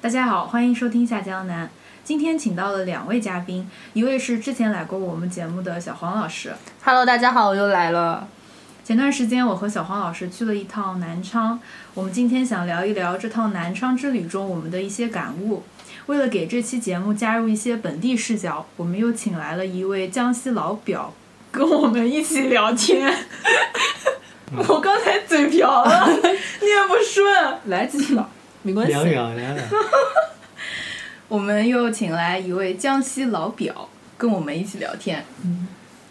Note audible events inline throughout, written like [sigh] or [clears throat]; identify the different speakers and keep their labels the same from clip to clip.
Speaker 1: 大家好，欢迎收听下江南。今天请到了两位嘉宾，一位是之前来过我们节目的小黄老师。
Speaker 2: Hello，大家好，我又来了。
Speaker 1: 前段时间我和小黄老师去了一趟南昌，我们今天想聊一聊这趟南昌之旅中我们的一些感悟。为了给这期节目加入一些本地视角，我们又请来了一位江西老表跟我们一起聊天。我刚才嘴瓢了，念不顺。
Speaker 2: 来自己吧，嗯没关系。
Speaker 3: 两两两两，
Speaker 1: 我们又请来一位江西老表跟我们一起聊天。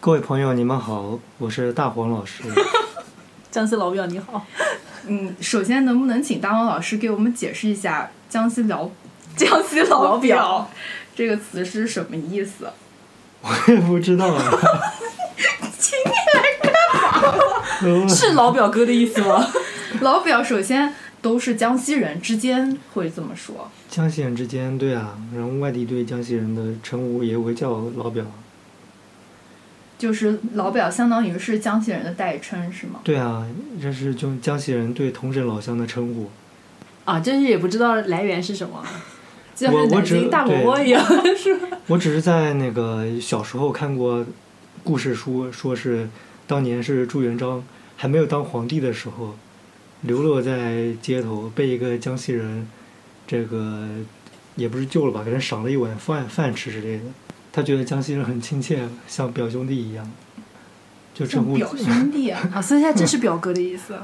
Speaker 3: 各位朋友，你们好，我是大黄老师。 [laughs]
Speaker 2: 江西老表你好，
Speaker 1: 嗯，首先能不能请大王老师给我们解释一下“江西老江西老
Speaker 2: 老表
Speaker 1: 这个词是什么意思？
Speaker 3: 我也不知道啊，请你来干嘛？
Speaker 2: 是老表哥的意思吗？
Speaker 1: 老表首先都是江西人之间会这么说，
Speaker 3: 江西人之间，对啊，然后外地对江西人的称呼也会叫老表，
Speaker 1: 就是老表相当于是江西人的代称，是吗？
Speaker 3: 对啊，这是就江西人对同镇老乡的称呼。
Speaker 2: 啊，真是也不知道来源是什么，就
Speaker 3: 我
Speaker 2: 像
Speaker 3: 我
Speaker 2: 南
Speaker 3: 只
Speaker 2: 京大火锅一样， [laughs] 是吧？
Speaker 3: 我只是在那个小时候看过故事书，说是当年是朱元璋还没有当皇帝的时候，流落在街头，被一个江西人这个也不是救了吧，给人赏了一碗饭饭吃之类的。他觉得江西人很亲切，像表兄弟一样，就称
Speaker 1: 像
Speaker 3: 呼
Speaker 1: 表兄弟
Speaker 3: [laughs]
Speaker 1: 啊，
Speaker 2: 啊，所以他真是表哥的意思。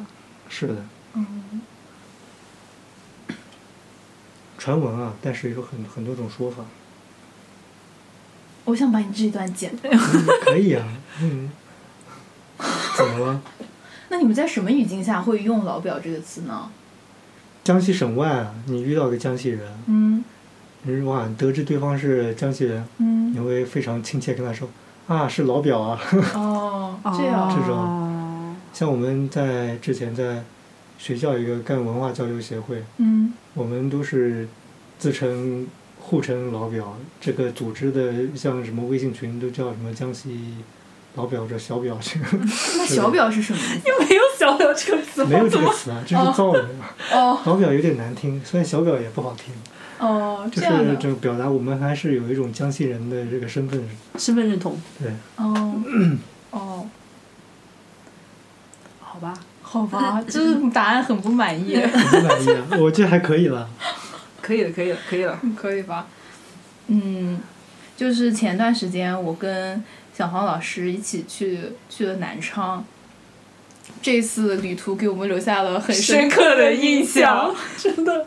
Speaker 3: 是的。
Speaker 1: 嗯
Speaker 3: 传闻啊，但是有很很多种说法， [laughs]
Speaker 1: 我想把你这一段剪掉。
Speaker 3: 嗯可以啊，嗯， [laughs] 怎么了？
Speaker 1: 那你们在什么语境下会用“老表”这个词呢？
Speaker 3: 江西省外啊，你遇到个江西人，
Speaker 1: 嗯
Speaker 3: 你如果得知对方是江西人，你 [laughs]
Speaker 1: 嗯，
Speaker 3: 会非常亲切跟他说啊，是老表啊。 [laughs]
Speaker 1: 哦，这样
Speaker 3: 这种像我们在之前在学校一个干文化交流协会，
Speaker 1: 嗯
Speaker 3: 我们都是自称互称老表，这个组织的像什么微信群都叫什么江西老表这小表
Speaker 1: [laughs]
Speaker 3: 这个，
Speaker 1: 那小表是什么意思？
Speaker 2: 又没有“小表”这个词
Speaker 3: 没有这个词啊，这是造的。
Speaker 1: 哦
Speaker 3: 老表有点难听，虽然小表也不好听，
Speaker 1: 哦，
Speaker 3: 就
Speaker 1: 这样
Speaker 3: 是
Speaker 1: 的
Speaker 3: 这个表达我们还是有一种江西人的这个身份。
Speaker 2: 身份认同，
Speaker 1: [laughs]
Speaker 3: 对，
Speaker 1: 哦哦，
Speaker 2: 好吧？
Speaker 1: 好 [laughs] 吧，就是答案很不满意，
Speaker 3: 很不满意啊，我这还可以了。
Speaker 2: 可以了，可以了，可以了。
Speaker 1: [laughs] 可以吧？嗯，就是前段时间我跟小黄老师一起去去了南昌，这次旅途给我们留下了很深刻的印象。，
Speaker 2: 真的。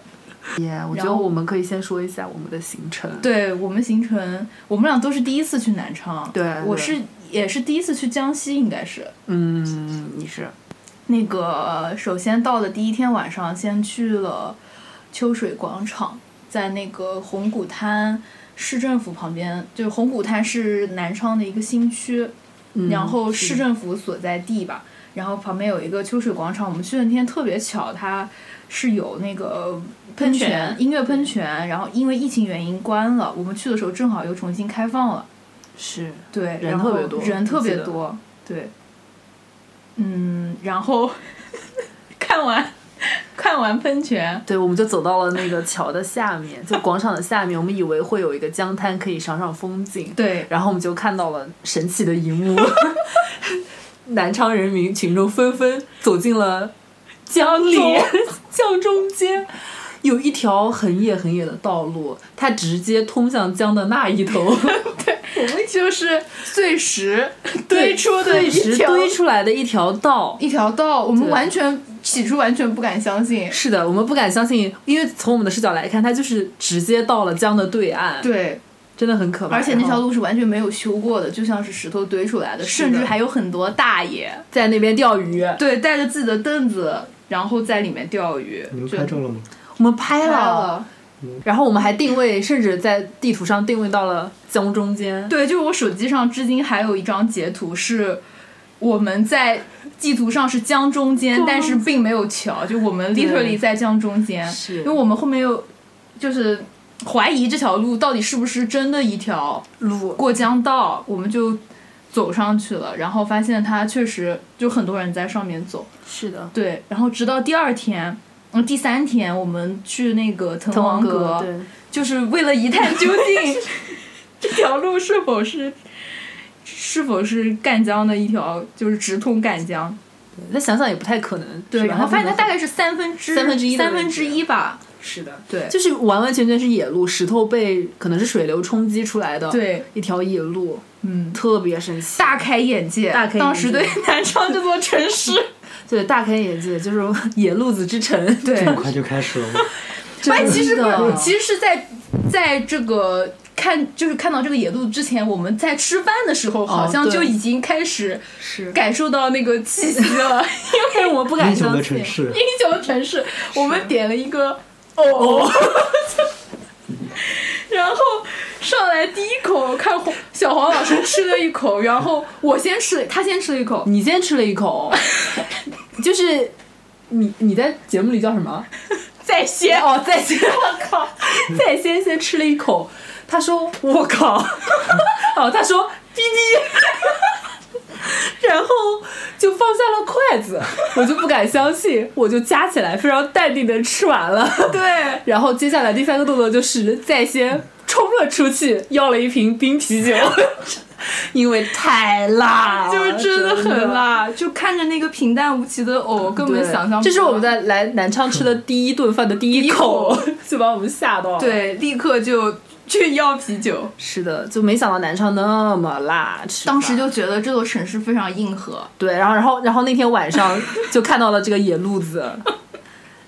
Speaker 2: 耶、我觉
Speaker 1: 然
Speaker 2: 得
Speaker 1: 后
Speaker 2: 我们可以先说一下我们的行程。
Speaker 1: 对我们行程，我们俩都是第一次去南昌，
Speaker 2: 对
Speaker 1: 我
Speaker 2: 对
Speaker 1: 是也是第一次去江西，应该是。
Speaker 2: 嗯，你是
Speaker 1: 那个首先到的第一天晚上，先去了秋水广场，在那个红谷滩市政府旁边，就是红谷滩是南昌的一个新区，
Speaker 2: 嗯
Speaker 1: 然后市政府所在地吧。然后旁边有一个秋水广场，我们去的那天特别巧，它是有那个喷泉
Speaker 2: 喷
Speaker 1: 音乐喷泉，然后因为疫情原因关了，我们去的时候正好又重新开放了。
Speaker 2: 是
Speaker 1: 对，
Speaker 2: 人
Speaker 1: 然后
Speaker 2: 特别多
Speaker 1: 人特
Speaker 2: 我记
Speaker 1: 别
Speaker 2: 得
Speaker 1: 多，对，嗯，然后 [laughs] 看完看完喷泉，
Speaker 2: 对，我们就走到了那个桥的下面，就广场的下面。我们以为会有一个江滩可以赏赏风景，
Speaker 1: 对，
Speaker 2: 然后我们就看到了神奇的一幕： [laughs] 南昌人民群众纷纷走进了江里江中间，有一条很野很野的道路，它直接通向江的那一头， [laughs]
Speaker 1: 就是碎石
Speaker 2: 对
Speaker 1: 堆出的一
Speaker 2: 石
Speaker 1: 条
Speaker 2: 堆出来的一条道。
Speaker 1: 一条道，我们
Speaker 2: 对
Speaker 1: 完全起初完全不敢相信，
Speaker 2: 是的，我们不敢相信，因为从我们的视角来看，它就是直接到了江的对岸，
Speaker 1: 对，
Speaker 2: 真的很可怕。
Speaker 1: 而且那
Speaker 2: 然
Speaker 1: 条
Speaker 2: 后
Speaker 1: 路是完全没有修过的，就像是石头堆出来的，
Speaker 2: 是
Speaker 1: 甚至
Speaker 2: 的
Speaker 1: 还有很多大爷，
Speaker 2: 在那边钓鱼，
Speaker 1: 对，带着自己的凳子，然后在里面钓鱼，
Speaker 3: 你们
Speaker 1: 就
Speaker 3: 拍照了吗？
Speaker 2: 我们拍
Speaker 1: 拍
Speaker 2: 了，
Speaker 1: 了。
Speaker 2: 然后我们还定位，甚至在地图上定位到了江中间。
Speaker 1: 对，就是我手机上至今还有一张截图，是我们在地图上是江中间，但是并没有桥，就我们
Speaker 2: 对
Speaker 1: literally 在江中间，
Speaker 2: 是
Speaker 1: 因为我们后面又就是怀疑这条路到底是不是真的一条
Speaker 2: 路，
Speaker 1: 过江道，我们就走上去了，然后发现它确实就很多人在上面走，
Speaker 2: 是的，
Speaker 1: 对，然后直到第二天，嗯，第三天我们去那个滕
Speaker 2: 滕
Speaker 1: 王
Speaker 2: 王
Speaker 1: 阁，
Speaker 2: 对，
Speaker 1: 就是为了一探究竟， [laughs] 这条路是否是是否是赣江的一条，就是直通赣江。
Speaker 2: 那想想也不太可能，
Speaker 1: 对，
Speaker 2: 是吧
Speaker 1: 然后发现它
Speaker 2: 它
Speaker 1: 大概是三分之
Speaker 2: 三分之一的
Speaker 1: 三分
Speaker 2: 位置
Speaker 1: 之一吧。
Speaker 2: 是的，
Speaker 1: 对，
Speaker 2: 就是完完全全是野路，石头被可能是水流冲击出来的，，
Speaker 1: 对，
Speaker 2: 一条野路，
Speaker 1: 嗯，
Speaker 2: 特别神奇，
Speaker 1: 大开眼界，
Speaker 2: 大开眼界
Speaker 1: 当时对南昌这座城市，
Speaker 2: 对大开眼界，就是 [laughs] 野路子之城，
Speaker 1: 对
Speaker 2: [laughs]
Speaker 3: 这么 [laughs] 快就开始了吗？
Speaker 1: [laughs] 哎，其实不
Speaker 2: 真
Speaker 1: 是
Speaker 2: 的，
Speaker 1: 其实是在在这个看，就是看到这个野路之前，我们在吃饭的时候，好像
Speaker 2: 对
Speaker 1: 就已经开始
Speaker 2: 是，
Speaker 1: 感受到那个气息 [laughs] 了。
Speaker 2: 但是我不敢
Speaker 3: 英雄
Speaker 2: 相
Speaker 3: 的
Speaker 2: 信
Speaker 3: 城，市
Speaker 2: [laughs]
Speaker 1: 英，雄的城市，我们点了一个哦。 [laughs] 然后上来第一口，看黄小黄老师吃了一口，然后我先吃了，他先吃了一口，
Speaker 2: 你先吃了一口， [laughs] 就是你你在节目里叫什么？
Speaker 1: 再先，
Speaker 2: 哦， [laughs] 在先
Speaker 1: 我靠，
Speaker 2: [laughs] 在先先吃了一口，他说我靠， [laughs] 哦，他说哔哔， [laughs] 然后就放下了筷子，我就不敢相信，我就夹起来，非常淡定的吃完了。
Speaker 1: 对， [laughs]
Speaker 2: 然后接下来第三个动作就是在先冲了出去，要了一瓶冰啤酒， [laughs] 因为太辣了，
Speaker 1: 就是真的很
Speaker 2: 辣。
Speaker 1: 辣，就看着那个平淡无奇的藕，根本
Speaker 2: 对
Speaker 1: 想象不
Speaker 2: 这是
Speaker 1: 到嗯
Speaker 2: 我们在来南昌吃的第一顿饭的第一口， [laughs] 就把我们吓到了。，
Speaker 1: 对，立刻就 [laughs] 去要啤酒。
Speaker 2: 是的，就没想到南昌那么辣，吃法
Speaker 1: 当时就觉得这座城市非常硬核，
Speaker 2: 对，然后然后然后那天晚上就看到了这个野路子，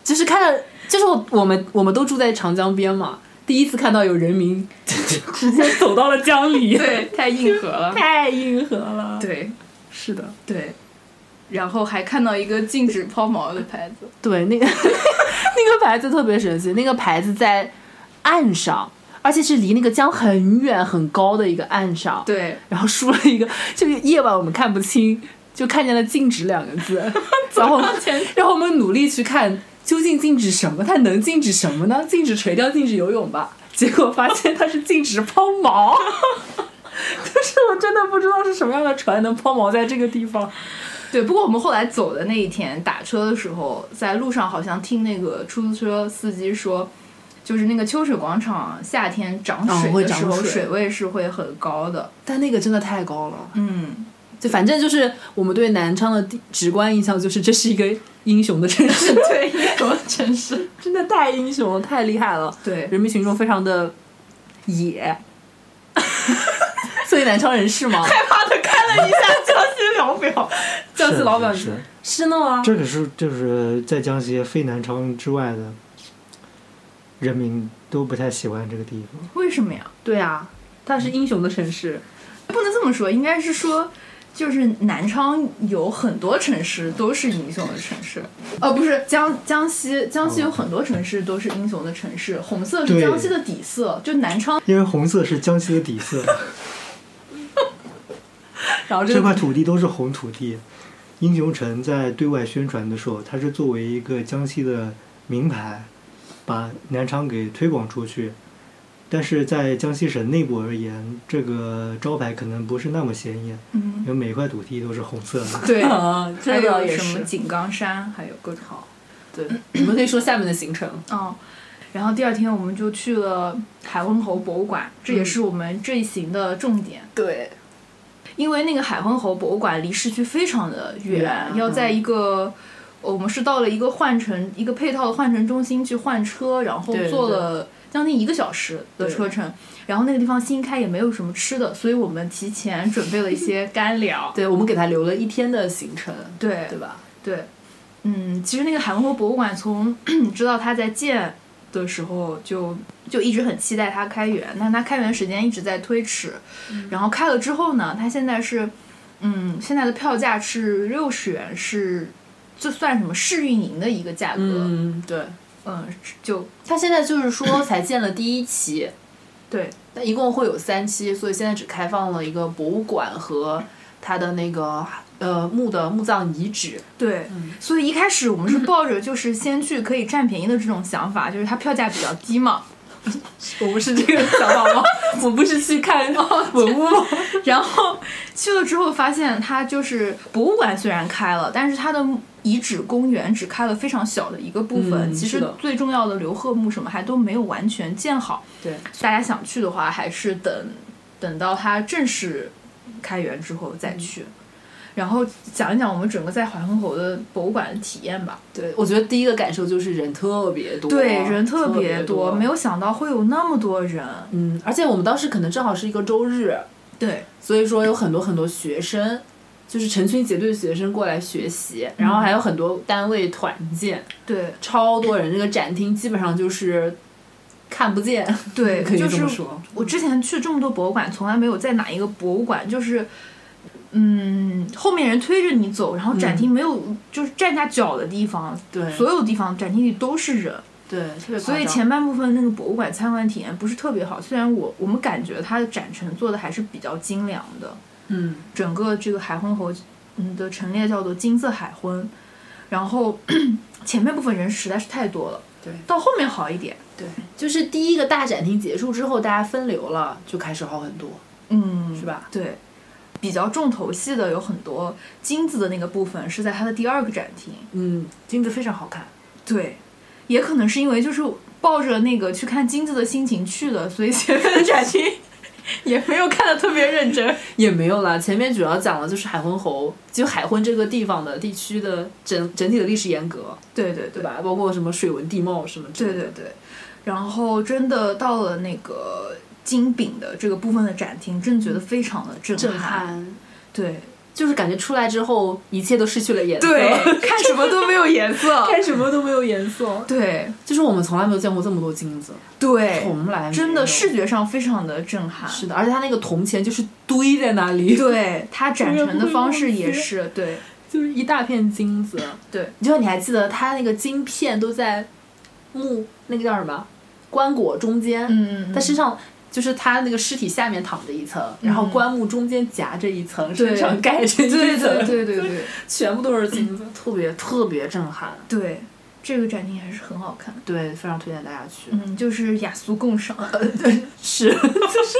Speaker 2: 就是看着，就是我我们我们都住在长江边嘛，第一次看到有人民 [laughs] 直接走到了江
Speaker 1: [laughs]
Speaker 2: 里，，
Speaker 1: 对， [laughs] 太硬核了，
Speaker 2: [laughs] 太硬核了。，
Speaker 1: 对
Speaker 2: 是的，
Speaker 1: 对。然后还看到一个禁止抛锚的牌子，
Speaker 2: 对，那个 [laughs] 那个牌子特别神奇，那个牌子在岸上，而且是离那个江很远很高的一个岸上。
Speaker 1: 对，
Speaker 2: 然后输了一个，就是夜晚我们看不清，就看见了“禁止”两个字，然后
Speaker 1: 前
Speaker 2: 然后我们努力去看究竟禁止什么，它能禁止什么呢？禁止垂钓，禁止游泳吧。结果发现它是禁止抛锚，就是我真的不知道是什么样的船能抛锚在这个地方。
Speaker 1: 对，不过我们后来走的那一天打车的时候，在路上好像听那个出租车司机说，就是那个秋水广场夏天涨
Speaker 2: 哦
Speaker 1: 水
Speaker 2: 会
Speaker 1: 的时
Speaker 2: 涨
Speaker 1: 候，
Speaker 2: 水
Speaker 1: 水位是会很高的。
Speaker 2: 但那个真的太高了，
Speaker 1: [laughs] 嗯，，
Speaker 2: 就反正就是我们对南昌的第直观印象就是这是一个英雄的城市 [laughs]
Speaker 1: 对，英国城 [laughs] 市，
Speaker 2: 真的太英雄了，太厉害了。
Speaker 1: 对，
Speaker 2: 人民群众非常的野， [laughs] 所以南昌人是 [laughs] 吗？
Speaker 1: 害怕的看了一下江西老表，
Speaker 2: 江西老板
Speaker 3: 是是是
Speaker 2: 是那吗？
Speaker 3: 这个是就是在江西非南昌之外的人民都不太喜欢这个地方。
Speaker 1: [laughs] 为什么呀？
Speaker 2: 对啊，它是英雄的城市，
Speaker 1: 不能这么说，应该是说，就是南昌有很多城市都是英雄的城市，呃，不是江江西，江西有很多城市都是英雄的城市，红色是
Speaker 3: 对
Speaker 1: 江西的底色，就南昌
Speaker 3: 因为红色是江西的
Speaker 2: [laughs]
Speaker 3: 底色，
Speaker 2: 然后
Speaker 3: 这
Speaker 2: 啊这
Speaker 3: 块
Speaker 2: 个
Speaker 3: 土地都是红土地。英雄城在对外宣传的时候，它是作为一个江西的名牌，把南昌给推广出去。但是在江西省内部而言，这个招牌可能不是那么显眼，
Speaker 1: 嗯
Speaker 3: 因为每块土地都是红色的。
Speaker 1: [laughs] 对，
Speaker 2: 啊，
Speaker 1: 还
Speaker 2: 这个
Speaker 1: 有
Speaker 2: 也
Speaker 1: 什么
Speaker 2: 是。
Speaker 1: 井冈山，还有各种好，
Speaker 2: 对，你们可以说下面的行程。
Speaker 1: 哦。然后第二天我们就去了海昏侯博物馆，这也
Speaker 2: 嗯
Speaker 1: 是我们这一行的重点，
Speaker 2: 对，
Speaker 1: 因为那个海昏侯博物馆离市区非常的远，嗯
Speaker 2: 远
Speaker 1: 要在一个、我们是到了一个换乘一个配套的换乘中心去换车，然后
Speaker 2: 对
Speaker 1: 坐了将近一个小时的车程。然后那个地方新开也没有什么吃的，所以我们提前准备了一些干粮。
Speaker 2: 对我们给他留了一天的行程，
Speaker 1: [laughs] 对
Speaker 2: 对吧？
Speaker 1: 对，嗯，其实那个海昏侯博物馆从 [clears throat] 知道它在建的时候就就一直很期待它开园，但它开园时间一直在推迟。然后开了之后呢，它现在是，嗯，现在的票价是六十元，是这算什么试运营的一个价格？嗯，
Speaker 2: 嗯，对。
Speaker 1: 就
Speaker 2: 他现在就是 [clears throat] 说才建了第一期，
Speaker 1: 对
Speaker 2: 但一共会有三期，所以现在只开放了一个博物馆和它的那个呃墓的墓葬遗址。
Speaker 1: 对。所以一开始我们是抱着就是先去可以占便宜的这种想法，就是它票价比较低嘛。
Speaker 2: [laughs] 我不是这个想法吗？ [laughs] 哦我不是去 [laughs] 看文物吗？
Speaker 1: 然后去了之后发现，它就是博物馆虽然开了，但是它的遗址公园只开了非常小的一个部分。
Speaker 2: 嗯
Speaker 1: 其
Speaker 2: 是
Speaker 1: 实
Speaker 2: 的
Speaker 1: 最重要的刘鹤墓什么还都没有完全建好。
Speaker 2: [laughs] 对，
Speaker 1: 大家想去的话，还是等等到它正式开园之后
Speaker 2: 嗯
Speaker 1: 再去。然后讲一讲我们整个在怀昏侯的博物馆的体验吧。
Speaker 2: 对，我觉得第一个感受就是人特别多，
Speaker 1: 对，人
Speaker 2: 特
Speaker 1: 特别
Speaker 2: 多，
Speaker 1: 没有想到会有那么多人。
Speaker 2: 嗯，而且我们当时可能正好是一个周日，
Speaker 1: 对，
Speaker 2: 所以说有很多很多学生，就是成群结队的学生过来学习，然后还有很多单位团建，
Speaker 1: 对，
Speaker 2: 超多人。这个展厅基本上就是看不见，
Speaker 1: 对，
Speaker 2: [laughs] 可以
Speaker 1: 就
Speaker 2: 这么
Speaker 1: 是
Speaker 2: 说。
Speaker 1: 我之前去这么多博物馆，从来没有在哪一个博物馆就是。嗯，后面人推着你走，然后展厅没有、就是站下脚的地方，
Speaker 2: 嗯对
Speaker 1: 所有地方展厅里都是人，
Speaker 2: 对，特别夸张
Speaker 1: 所以前半部分那个博物馆参观体验不是特别好。虽然我我们感觉它的展陈做的还是比较精良的，
Speaker 2: 嗯
Speaker 1: 整个这个海昏侯嗯的陈列叫做金色海昏，然后 [clears throat] 前面部分人实在是太多了，
Speaker 2: 对
Speaker 1: 到后面好一点，
Speaker 2: 对，就是第一个大展厅结束之后，大家分流了，就开始好很多，
Speaker 1: 嗯，
Speaker 2: 是吧？
Speaker 1: 对，比较重头戏的有很多金子的那个部分是在它的第二个展厅，
Speaker 2: 嗯，金子非常好 [laughs] 看，
Speaker 1: 对，也可能是因为就是抱着那个去看金子的心情去的，所以前面的展
Speaker 2: [laughs]
Speaker 1: 厅也没有看的特别认真。
Speaker 2: 也没有啦。前面主要讲的就是海昏侯，就海昏这个地方的地区的整整体的历史沿革，
Speaker 1: 对对
Speaker 2: 对
Speaker 1: 对，
Speaker 2: 吧？包括什么水文地貌什么之类
Speaker 1: 对
Speaker 2: 的。
Speaker 1: 对对，然后真的到了那个金饼的这个部分的展厅，真的觉得非常的震
Speaker 2: 震撼，
Speaker 1: 对
Speaker 2: 就是感觉出来之后一切都失去了颜色， [laughs]
Speaker 1: 对，看什么都没有颜色。
Speaker 2: 看什么都没有颜色，
Speaker 1: 对
Speaker 2: 就是我们从来没有见过这么多金子， [laughs]
Speaker 1: 对，
Speaker 2: 从来没有
Speaker 1: 哎真的视觉上非常的震撼。
Speaker 2: 是的，而且它那个铜钱就是堆在那
Speaker 1: [laughs]
Speaker 2: 里，， [laughs]
Speaker 1: 对它展
Speaker 2: 也
Speaker 1: 陈
Speaker 2: 不
Speaker 1: 的
Speaker 2: 会
Speaker 1: 方
Speaker 2: 忘
Speaker 1: 式也
Speaker 2: 记
Speaker 1: 是对
Speaker 2: 就是一大片金子，
Speaker 1: 对，
Speaker 2: 就你还记得它那个金片都在木那个叫什么棺椁中间，
Speaker 1: 嗯，
Speaker 2: 它身上。就是它那个尸体下面躺着一层，然后
Speaker 1: 嗯
Speaker 2: 棺木中间夹着一层，
Speaker 1: 对
Speaker 2: 身上盖着一层，
Speaker 1: 对对对对
Speaker 2: [laughs]
Speaker 1: 对
Speaker 2: 全部都是金子，特别特别震撼。
Speaker 1: 对，这个展厅还是很好看的。
Speaker 2: 对，非常推荐大家去。
Speaker 1: 嗯，就是雅俗共赏。
Speaker 2: 呃是， [laughs] 就是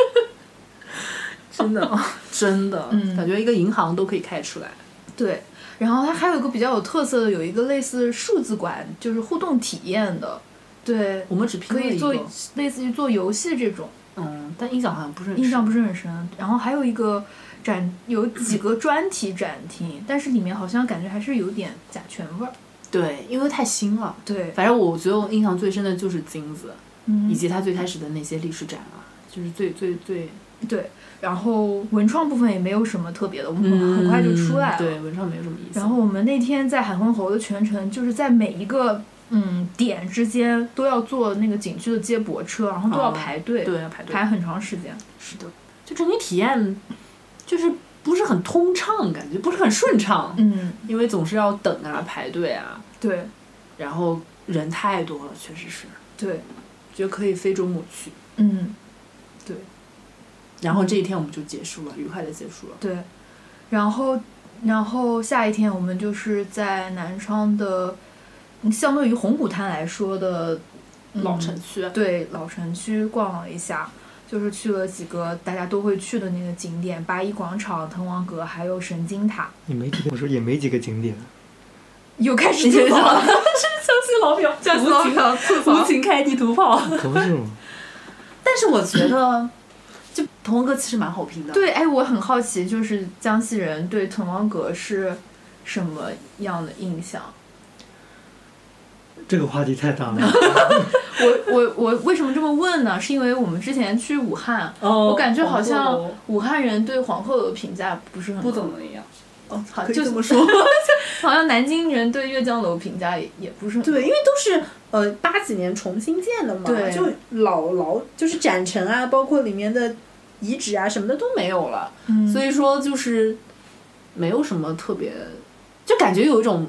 Speaker 2: 真的，哦真的，
Speaker 1: 嗯
Speaker 2: 感觉一个银行都可以开出来。
Speaker 1: 对，然后它还有一个比较有特色的，有一个类似数字馆，就是互动体验的。对，
Speaker 2: 我们只拼
Speaker 1: 可
Speaker 2: 了
Speaker 1: 以
Speaker 2: 一
Speaker 1: 做
Speaker 2: 个，
Speaker 1: 类似于做游戏这种，
Speaker 2: 嗯，但印象好像不是很
Speaker 1: 印象
Speaker 2: 深
Speaker 1: 不是很深。然后还有一个展，有几个专题展厅，但是里面好像感觉还是有点甲醛味儿。
Speaker 2: 对，因为太新了。
Speaker 1: 对，
Speaker 2: 反正我觉得我印象最深的就是金子，
Speaker 1: 嗯
Speaker 2: 以，及它最开始的那些历史展啊，就是最最最，
Speaker 1: 对。然后文创部分也没有什么特别的，我们很很快就出来了。
Speaker 2: 嗯对，文创没有什么意思。
Speaker 1: 然后我们那天在海昏侯的全程，就是在每一个嗯点之间都要坐那个景区的接驳车，然后都要
Speaker 2: 哦
Speaker 1: 排队，
Speaker 2: 对哦要排队，
Speaker 1: 排很长时间。
Speaker 2: 是的，就整体体验就是不是很通畅，感觉不是很顺畅，
Speaker 1: 嗯，
Speaker 2: 因为总是要等啊、排队啊，
Speaker 1: 对
Speaker 2: 然后人太多了，确实是。
Speaker 1: 对，
Speaker 2: 觉得可以非周末去。
Speaker 1: 嗯
Speaker 2: 然后这一天我们就结束了，
Speaker 4: 嗯
Speaker 2: 愉快的结束了。
Speaker 1: 对。然后然后下一天我们就是在南昌的，嗯相对于红谷滩来说的、嗯
Speaker 2: 老城区，啊
Speaker 1: 对老城区逛了一下，就是去了几个大家都会去的那个景点，八一广场、滕王阁，还有神经塔。
Speaker 3: 也没几个，我说也没几
Speaker 1: [laughs]
Speaker 3: 个景点，
Speaker 1: 又开始
Speaker 2: 你
Speaker 1: 吐
Speaker 2: 这
Speaker 1: 槽了。
Speaker 2: 是江西老 [laughs] 表，江西
Speaker 1: 无情 [laughs] 吐
Speaker 2: 无情开地图炮。
Speaker 4: [laughs]
Speaker 3: 可不是吗？
Speaker 2: 但是我觉得，就滕王阁其实蛮好评的。，
Speaker 1: 对，哎，我很好奇，就是江西人对滕王阁是什么样的印象？
Speaker 3: 这个话题太大了。
Speaker 1: [laughs] 我我我为什么这么问呢？是因为我们之前去武汉，
Speaker 2: 哦
Speaker 1: 我感觉好
Speaker 2: 黄鹤
Speaker 1: 像
Speaker 2: 楼
Speaker 1: 武汉人对黄鹤楼的评价不是很
Speaker 2: 不
Speaker 1: 高
Speaker 2: 怎么样。
Speaker 1: 哦，好
Speaker 2: 可以
Speaker 1: 就
Speaker 2: 这么说，
Speaker 1: 好像南京人对阅江楼评价也也不是
Speaker 4: [laughs]
Speaker 1: 很
Speaker 4: 对，因为都是呃八几年重新建的嘛，
Speaker 1: 对
Speaker 4: 就老老就是展陈啊，包括里面的遗址啊什么的都
Speaker 2: 都没有了。
Speaker 1: 嗯，
Speaker 2: 所
Speaker 1: 以
Speaker 2: 以说就是没有什么特别，就感觉有一种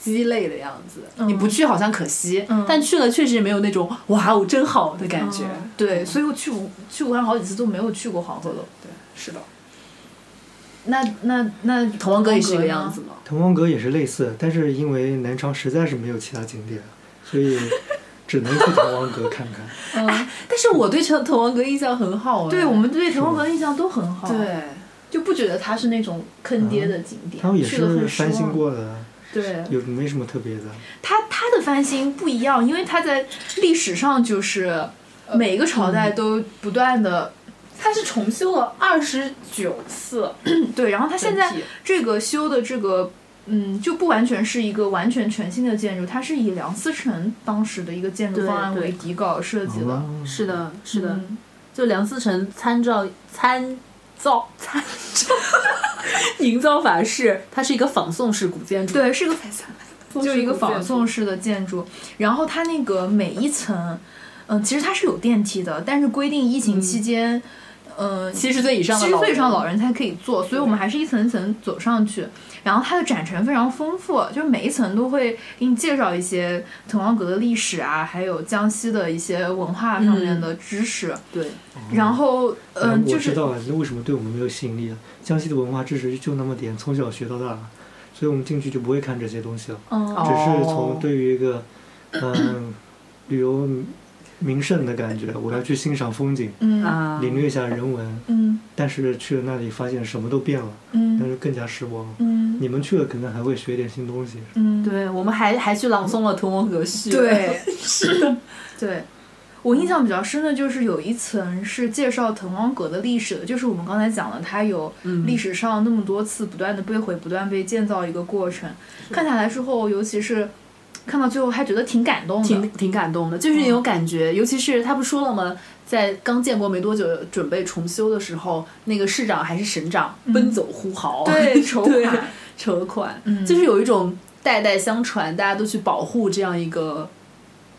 Speaker 2: 鸡肋的样子。
Speaker 1: 嗯
Speaker 2: 你不去好像可惜，
Speaker 1: 嗯
Speaker 2: 但去了确实没有那种哇哦真好的感觉。
Speaker 1: 对，
Speaker 2: 嗯
Speaker 1: 所以我去武去武汉好几次都没有去过黄鹤楼。
Speaker 2: 对，是的。
Speaker 1: 那那那
Speaker 2: 滕王阁也是这个
Speaker 1: 呢
Speaker 2: 样子，嘛，
Speaker 3: 滕王阁也是类似，但是因为南昌实在是没有其他景点，所以只能去滕王阁看
Speaker 1: [laughs]
Speaker 3: 看。
Speaker 1: 嗯，
Speaker 2: 但是我对滕滕王阁印象很好哎，哦
Speaker 1: 对，我们对滕王阁印象都很好，，嗯
Speaker 2: 对，
Speaker 1: 嗯就不觉得它是那种坑爹的景点，
Speaker 3: 他们也
Speaker 1: 去了很
Speaker 3: 是
Speaker 1: 失
Speaker 3: 翻新
Speaker 1: 望。
Speaker 3: 过的，
Speaker 1: 对，
Speaker 3: 有没什么特别的。
Speaker 1: 它它的翻新不一样，因为它在历史上就是呃每一个朝代都不断的、
Speaker 5: 它是重修了二十九
Speaker 1: [clears throat]
Speaker 5: 次，
Speaker 1: 对，然后它现在
Speaker 5: 整体
Speaker 1: 这个修的这个，嗯，就不完全是一个完全全新的建筑，它是以梁思成当时的一个建筑方案
Speaker 2: 对对
Speaker 1: 为底稿设计的。
Speaker 3: 哦
Speaker 2: 是的，是的，
Speaker 1: 嗯
Speaker 2: 就梁思成参照参照参照 [laughs] 营造法式，它是一个仿宋式古建筑，
Speaker 1: 对，是个就
Speaker 5: 就是
Speaker 1: 一个
Speaker 5: 仿
Speaker 1: 仿
Speaker 5: 宋
Speaker 1: 宋式的建筑，然后它那个每一层，嗯，其实它是有电梯的，但是规定疫情期间，嗯，
Speaker 2: 七十岁以上的
Speaker 1: 七十
Speaker 2: 老
Speaker 1: 岁以上
Speaker 2: 人
Speaker 1: 老人才可以坐，所以我们还是一层一层走上去。然后它的展陈非常丰富，就是每一层都会给你介绍一些滕王阁的历史啊，还有江西的一些文化上面的知识。
Speaker 2: 对，
Speaker 1: 然后，嗯、
Speaker 3: 哎
Speaker 1: 就
Speaker 3: 哦我知
Speaker 1: 是
Speaker 3: 道了，那为什么对我们没有吸引力了？江西的文化知识就那么点，从小学到大，所以我们进去就不会看这些东西了，
Speaker 1: 嗯，
Speaker 3: 只是
Speaker 2: 哦
Speaker 3: 从对于一个嗯旅游名胜的感觉，我要去欣赏风景，
Speaker 1: 嗯
Speaker 2: 啊，
Speaker 3: 领略一下人文。
Speaker 1: 嗯
Speaker 3: 但是去了那里发现什么都变了，但
Speaker 1: 嗯
Speaker 3: 是更加失望了。
Speaker 1: 嗯
Speaker 3: 你们去了可能还会学点新东西，
Speaker 1: 嗯，
Speaker 2: 对，我们还还去朗诵了《滕王阁序》，，
Speaker 1: 对， [laughs] 是的，对。我印象比较深的就是有一层是介绍滕王阁的历史的，就是我们刚才讲的，它有
Speaker 2: 嗯，
Speaker 1: 历史上那么多次不断的被毁、不断被建造一个过程。看下来之后，尤其是看到最后，还觉得挺感动的
Speaker 2: 挺。挺感动的，就是那
Speaker 1: 嗯
Speaker 2: 种感觉，尤其是他不说了吗？在刚建国没多久，准备重修的时候，那个市长还是省长、
Speaker 1: 嗯
Speaker 2: 奔走呼号，
Speaker 1: [laughs]
Speaker 2: [laughs]
Speaker 1: 对，筹
Speaker 2: 对
Speaker 1: 款，
Speaker 2: 筹款，
Speaker 1: 嗯，
Speaker 2: 就是有一种代代相传，大家都去保护这样一个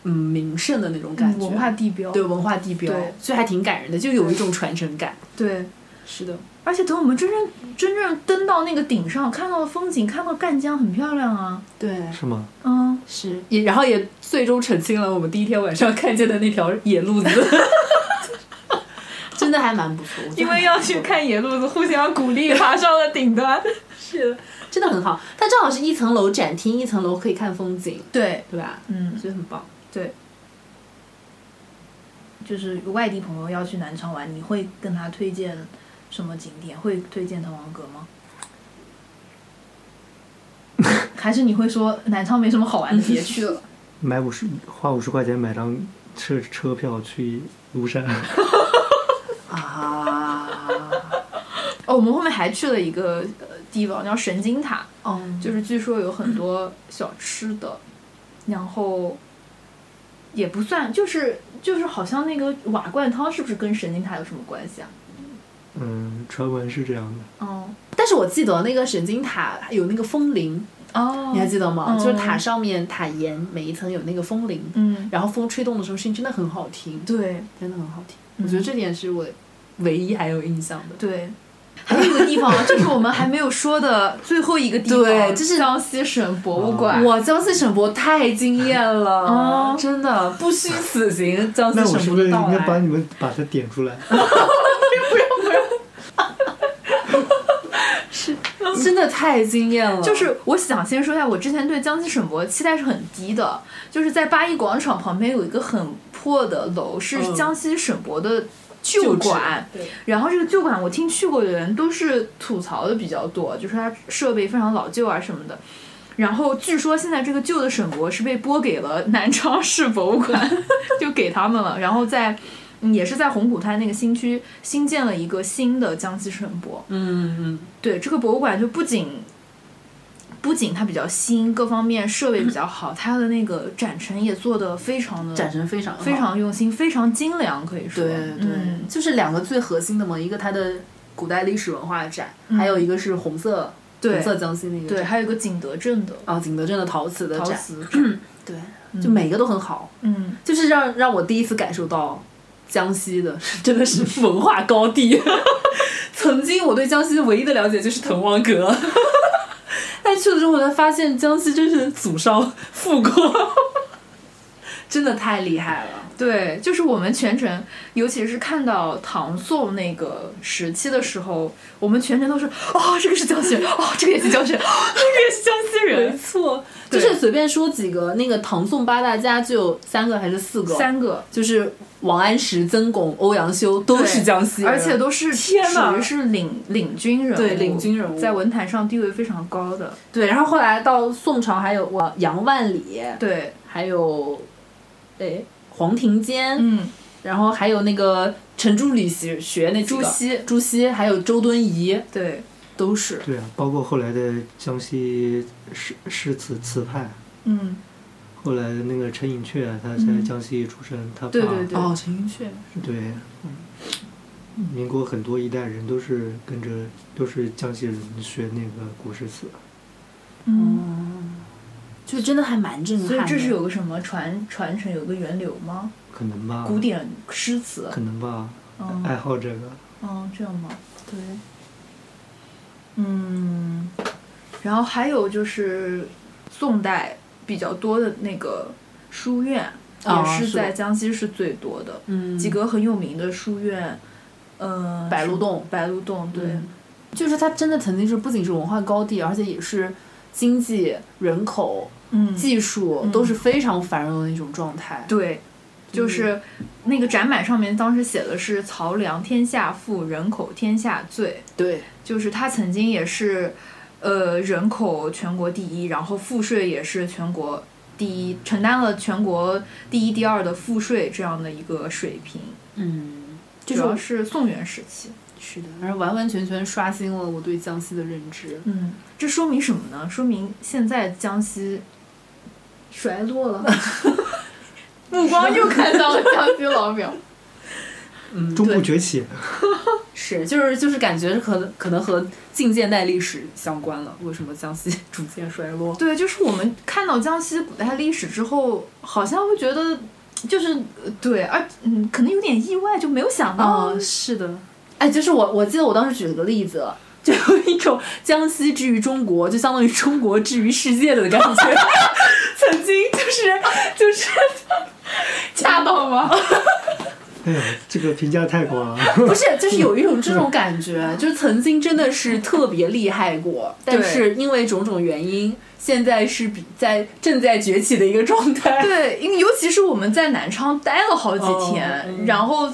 Speaker 2: 嗯名胜的那种感
Speaker 1: 嗯
Speaker 2: 觉，
Speaker 1: 文化地标。
Speaker 2: 对文化地标
Speaker 1: 对，
Speaker 2: 所以还挺感人的，就有一种传承感。
Speaker 1: 对，
Speaker 2: 是的，
Speaker 1: 而且等我们真正真正登到那个顶上，看到的风景，看到赣江很漂亮啊。
Speaker 2: 对，
Speaker 3: 是吗？
Speaker 1: 嗯，
Speaker 2: 是也，然后也最终澄清了我们第一天晚上看见的那条野路子， [laughs] 真的还蛮不错。我觉得还蛮不错的
Speaker 1: 看野路子，互相鼓 [laughs] 励，爬上了顶端。
Speaker 2: 真的很好。它正好是一层楼展厅，一层楼可以看风景，
Speaker 1: 对，
Speaker 2: 对吧？
Speaker 1: 嗯。
Speaker 2: 所以很棒。
Speaker 1: 就是外地朋友要去南昌玩，你会跟他推荐什么景点？会推荐滕王阁吗？ [laughs] 还是你会说南昌没什么好玩的，别去了？
Speaker 3: 买五十，花五十块钱买张车车票去庐山，
Speaker 2: 啊，
Speaker 1: [laughs] 哦，我们后面还去了一个呃地方叫神经塔，
Speaker 2: 嗯，
Speaker 1: 就是据说有很多小吃的，然后也不算，就是就是好像那个瓦罐汤是不是跟神经塔有什么关系啊？
Speaker 3: 嗯，传闻是这样的。
Speaker 1: 哦
Speaker 2: 但是我记得那个神经塔有那个风铃，
Speaker 1: 哦
Speaker 2: 你还记得吗？
Speaker 1: 嗯
Speaker 2: 就是塔上面塔檐每一层有那个风铃，
Speaker 1: 嗯，
Speaker 2: 然后风吹动的时候声音真的很好听，
Speaker 1: 对
Speaker 2: 真的很好听。
Speaker 1: 嗯
Speaker 2: 我觉得这点是我唯一还有印象的。
Speaker 1: 对，还有一个地方，这是我们还没有说的最后一个地方，
Speaker 2: 对这是
Speaker 1: 江西省博物馆。
Speaker 2: 哇，江西省博太惊艳了，
Speaker 1: 哦
Speaker 2: 真的不虚此行，江西
Speaker 3: 那我
Speaker 2: 省
Speaker 3: 是
Speaker 2: 博
Speaker 3: 不
Speaker 2: 的
Speaker 3: 是应
Speaker 2: 到哎
Speaker 3: 该把
Speaker 2: 来。
Speaker 3: 你们把它点出来？
Speaker 2: 真的太惊艳了，
Speaker 1: 就是我想先说一下，我之前对江西省博期待是很低的，就是在八一广场旁边有一个很破的楼，是
Speaker 2: 嗯
Speaker 1: 江西省博的
Speaker 2: 旧
Speaker 1: 旧
Speaker 2: 址
Speaker 1: 馆。
Speaker 5: 对
Speaker 1: 然后这个旧馆，我听去过的人都是吐槽的比较多，就是它设备非常老旧啊什么的。然后据说现在这个旧的省博是被拨给了南昌市博物馆， [laughs] 就给他们了。然后在嗯也是在红谷滩那个新区新建了一个新的江西省博。
Speaker 2: 嗯嗯
Speaker 1: 对这个博物馆，就不仅不仅它比较新，各方面设备比较好，它的那个展陈也做得非常的
Speaker 2: 嗯，展陈非常好
Speaker 1: 非常用心，非常精良，可以说。
Speaker 2: 对对、
Speaker 1: 嗯
Speaker 2: 就是两个最核心的嘛，一个它的古代历史文化展，
Speaker 1: 嗯
Speaker 2: 还有一个是红色红色
Speaker 1: 对
Speaker 2: 江西那个
Speaker 1: 对，
Speaker 2: 展
Speaker 1: 还有一个景德镇的
Speaker 2: 啊，景德镇的陶瓷的
Speaker 1: 陶
Speaker 2: 展，
Speaker 1: 瓷展，
Speaker 2: [clears throat] 对，
Speaker 1: 嗯
Speaker 2: 就每个都很好，
Speaker 1: 嗯，
Speaker 2: 就是让让我第一次感受到江西的 [laughs] 真的是文化高地。 [laughs] 曾经我对江西唯一的了解就是滕王阁， [laughs] 但去了之后我才发 [laughs] 现江西真是祖烧富国，真的太厉害了。
Speaker 1: 对，就是我们全程，尤其是看到唐宋那个时期的时候，我们全程都是哦，这个是江西人，哦，这个也是江西人，哦，那个也是江西
Speaker 2: 没
Speaker 1: 人，
Speaker 2: 错，就
Speaker 1: 对
Speaker 2: 是随便说几个，那个唐宋八大家就有三个还是四个？
Speaker 1: 三个，
Speaker 2: 就是王安石、曾巩、欧阳修都是
Speaker 1: 对
Speaker 2: 江西人，
Speaker 1: 而且都是
Speaker 5: 天哪
Speaker 1: 属于是领领军人物，
Speaker 2: 对领军人物
Speaker 1: 在文坛上地位非常高的，
Speaker 2: 对。然后后来到宋朝还有我杨万里，
Speaker 1: 对，
Speaker 2: 还有哎黄庭坚，
Speaker 1: 嗯，
Speaker 2: 然后还有那个程朱理学学那几
Speaker 1: 朱
Speaker 2: 个
Speaker 1: 熹，
Speaker 2: 朱熹，还有周敦颐
Speaker 1: 对，
Speaker 2: 都是。
Speaker 3: 对啊，包括后来的江西诗诗词词派，
Speaker 1: 嗯，
Speaker 3: 后来那个陈寅恪，啊他在
Speaker 1: 嗯
Speaker 3: 江西出生，他爸
Speaker 1: 对对对，
Speaker 2: 哦，陈寅恪
Speaker 3: 对
Speaker 1: 嗯
Speaker 3: 民国很多一代人都是跟着都是江西人学那个古诗词，
Speaker 1: 嗯。
Speaker 2: 就真的还蛮震撼的。
Speaker 1: 所以这是有个什么传传承，有个源流吗？
Speaker 3: 可能
Speaker 2: 嗯
Speaker 3: 吧，
Speaker 1: 古典诗词，
Speaker 3: 可能吧，
Speaker 1: 嗯
Speaker 3: 爱
Speaker 2: 呃
Speaker 3: 好这个。
Speaker 1: 嗯，这样吗？
Speaker 2: 对，
Speaker 1: 嗯，然后还有就是宋代比较多的那个书院，
Speaker 2: 啊
Speaker 1: 也是
Speaker 2: 是
Speaker 1: 在江西哦是最多的。
Speaker 2: 嗯，
Speaker 1: 几个很有名的书院，嗯、
Speaker 2: 白鹿洞，
Speaker 1: 白鹿洞，对，
Speaker 2: 嗯就是它真的曾经是不仅是文化高地，而且也是经济、人口、
Speaker 1: 嗯，
Speaker 2: 技术
Speaker 1: 嗯
Speaker 2: 都是非常繁荣的一种状态。
Speaker 1: 对，就是那个展板上面当时写的是“漕粮天下富，人口天下最
Speaker 2: 对，”，
Speaker 1: 就是它曾经也是，呃，人口全国第一，然后赋税也是全国第一，承担了全国第一、第二的赋税这样的一个水平，
Speaker 2: 嗯，就
Speaker 1: 主要
Speaker 2: 是
Speaker 1: 是宋元时期。
Speaker 2: 是的，而完完全全刷新了我对江西的认知。
Speaker 1: 嗯，这说明什么呢？说明现在江西 [laughs] 衰落 [laughs] 了。目光又看到了江西老表。
Speaker 2: 嗯，
Speaker 3: 中部
Speaker 2: 对，
Speaker 3: 崛起，
Speaker 2: 是就是就是感觉可能可能和近现代历史相关了。为什么江西 [laughs] 逐渐衰
Speaker 1: [laughs]
Speaker 2: 落？
Speaker 1: 对，就是我们看到江西古代历史之后，好像会觉得，就是呃对，而嗯，可能有点意外，就没有想到。
Speaker 2: 啊，是的。哎，就是我我记得我当时举了个例子。就有一种江西之于中国，就相当于中国之于世界的感觉。 [laughs] 曾经就是就是
Speaker 1: [laughs]
Speaker 2: 哦
Speaker 1: 恰到吗？
Speaker 3: 哎呀，这个评价太广了。
Speaker 2: 不是，就是有一种这
Speaker 1: 嗯
Speaker 2: 种感觉，就是曾经真的是特别厉害过，但是因为种种原因，现在是比在正在崛起的一个状
Speaker 1: [laughs]
Speaker 2: 态。[laughs]
Speaker 1: 对，因为尤其是我们在南昌待了好几天，
Speaker 2: 哦嗯
Speaker 1: 然后呃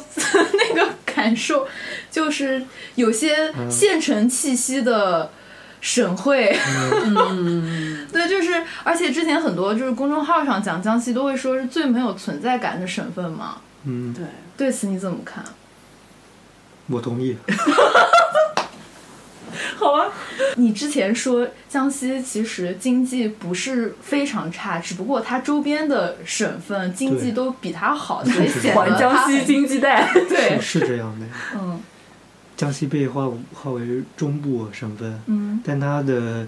Speaker 1: 那个感受就是有些县城气息的省会， [laughs]
Speaker 2: 嗯，
Speaker 1: 对，就是，而且之前很多就是公众号上讲江西都会说是最没有存在感的省份嘛，
Speaker 3: [laughs] 嗯，
Speaker 2: 对，
Speaker 1: 对此你怎么看？
Speaker 3: 我同意。
Speaker 2: 好啊，
Speaker 1: 你之前说江西其实经济不是非常差，只不过它周边的省份经济
Speaker 3: 对
Speaker 1: 都比它好，所以
Speaker 3: 是
Speaker 1: 显
Speaker 3: 的
Speaker 1: 得
Speaker 2: 还
Speaker 1: 它
Speaker 2: 江西经济带。
Speaker 1: [laughs] 对，
Speaker 3: 是是这样的。
Speaker 1: 嗯
Speaker 3: 江西被划划为中部省份，
Speaker 1: 嗯
Speaker 3: 但它的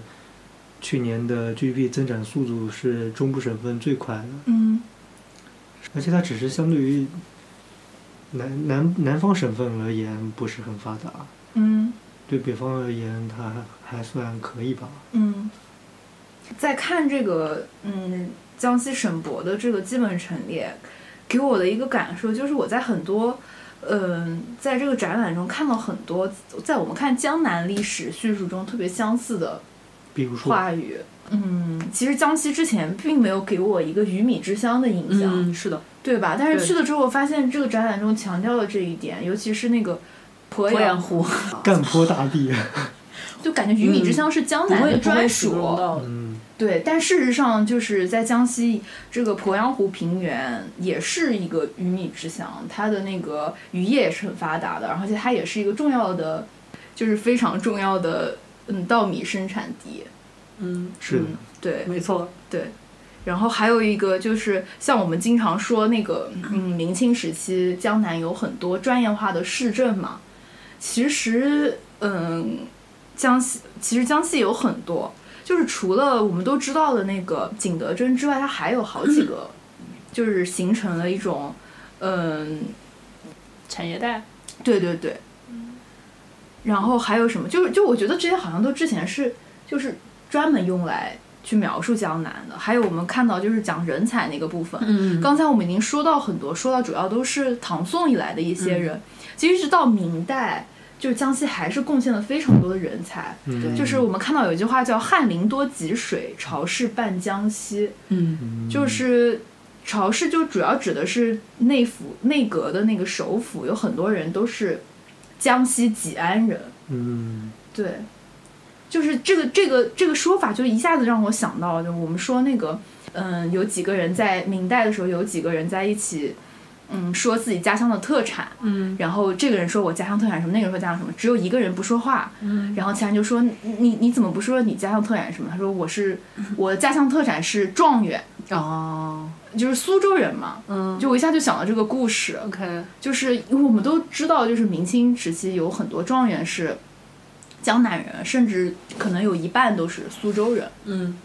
Speaker 3: 去年的 GDP 增长速度是中部省份最快的，
Speaker 1: 嗯
Speaker 3: 而且它只是相对于南南南方省份而言不是很发达，
Speaker 1: 嗯
Speaker 3: 对北方而言它还算可以吧。
Speaker 1: 嗯，在看这个嗯江西省博的这个基本陈列，给我的一个感受就是我在很多。嗯，在这个展览中看到很多在我们看江南历史叙述中特别相似的
Speaker 3: 比如说，
Speaker 1: 话语。嗯，其实江西之前并没有给我一个鱼米之乡的印象，
Speaker 2: [laughs] 嗯，是的，
Speaker 1: 对吧？但是
Speaker 2: 对
Speaker 1: 去了之后，发现这个展览中强调了这一点，尤其是那个鄱
Speaker 2: 鄱阳
Speaker 1: 阳，
Speaker 2: 湖
Speaker 3: 干坡大地， [laughs]
Speaker 1: 就感觉鱼米之乡是江南的专属。
Speaker 3: 嗯，
Speaker 1: 对，但事实上就是在江西这个鄱阳湖平原也是一个鱼米之乡，它的那个渔业也是很发达的，而且它也是一个重要的，就是非常重要的嗯稻米生产地。
Speaker 2: 嗯，
Speaker 3: 是的
Speaker 1: 嗯，对，
Speaker 2: 没错，
Speaker 1: 对，然后还有一个就是像我们经常说那个，嗯，明清时期江南有很多专业化的市政嘛，其实，嗯，江西其实江西有很多，就是除了我们都知道的那个景德镇之外，它还有好几个，嗯就是形成了一种，嗯，
Speaker 2: 产业带。
Speaker 1: 对对对，然后还有什么？就是就我觉得这些好像都之前是就是专门用来去描述江南的。还有我们看到就是讲人才那个部分，
Speaker 2: 嗯
Speaker 1: 刚才我们已经说到很多，说到主要都是唐宋以来的一
Speaker 2: 嗯
Speaker 1: 些人，其实直到明代，就是江西还是贡献了非常多的人才。
Speaker 3: 嗯，
Speaker 1: 就是我们看到有一句话叫“翰林多汲水，潮氏半江西”，
Speaker 2: 嗯
Speaker 3: 嗯
Speaker 1: 就是潮氏就主要指的是内府内阁的那个首辅，有很多人都是江西吉安人。
Speaker 3: 嗯
Speaker 1: 对，就是这个这个这个说法，就一下子让我想到，就我们说那个，嗯，有几个人在明代的时候，有几个人在一起，嗯，说自己家乡的特产，
Speaker 2: 嗯
Speaker 1: 然后这个人说我家乡特产什么，那个人说家乡什么，只有一个人不说话，
Speaker 2: 嗯，
Speaker 1: 然后其他人就说你你你怎么不说你家乡特产什么？他说我
Speaker 2: [laughs]
Speaker 1: 是我的家乡特产是状元，
Speaker 2: 哦，
Speaker 1: 就是苏州人嘛。
Speaker 2: 嗯
Speaker 1: 就我一下就想到这个故事，
Speaker 2: OK，
Speaker 1: 就是因为我们都知道，就是明清时期有很多状元是江南人，甚至可能有一半都是苏州人。
Speaker 2: 嗯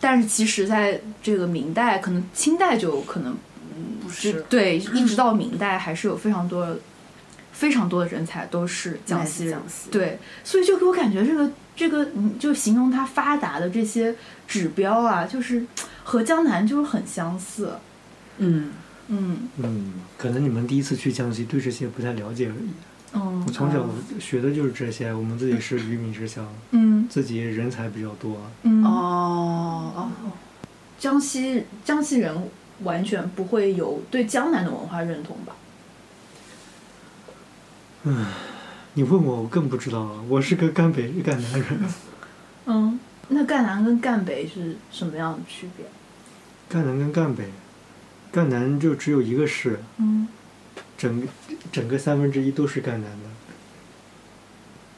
Speaker 1: 但是其实在这个明代，可能清代就可能
Speaker 2: 嗯不
Speaker 1: 就，对，一直到明代还是有非常多、非常多的人才都是江
Speaker 2: 来
Speaker 1: 西
Speaker 2: 自
Speaker 1: 人。
Speaker 2: 江西，
Speaker 1: 对，所以就给我感觉这个这个，嗯，就形容它发达的这些指标啊，就是和江南就是很相似。
Speaker 2: 嗯
Speaker 1: 嗯
Speaker 3: 嗯，可能你们第一次去江西对这些不太了解而已。
Speaker 1: 嗯
Speaker 3: 我从小学的就是这些，我们自己是鱼米之乡，
Speaker 1: 嗯
Speaker 3: 自己人才比较多。
Speaker 1: 嗯
Speaker 2: 哦哦，
Speaker 1: 江西江西人完全不会有对江南的文化认同吧？
Speaker 3: 你问我，我更不知道了。我是个赣北赣南人，
Speaker 1: 嗯，那赣南跟赣北是什么样的区别？
Speaker 3: 赣南跟赣北，赣南就只有一个市，
Speaker 1: 嗯
Speaker 3: 整个整个三分之一都是赣南的。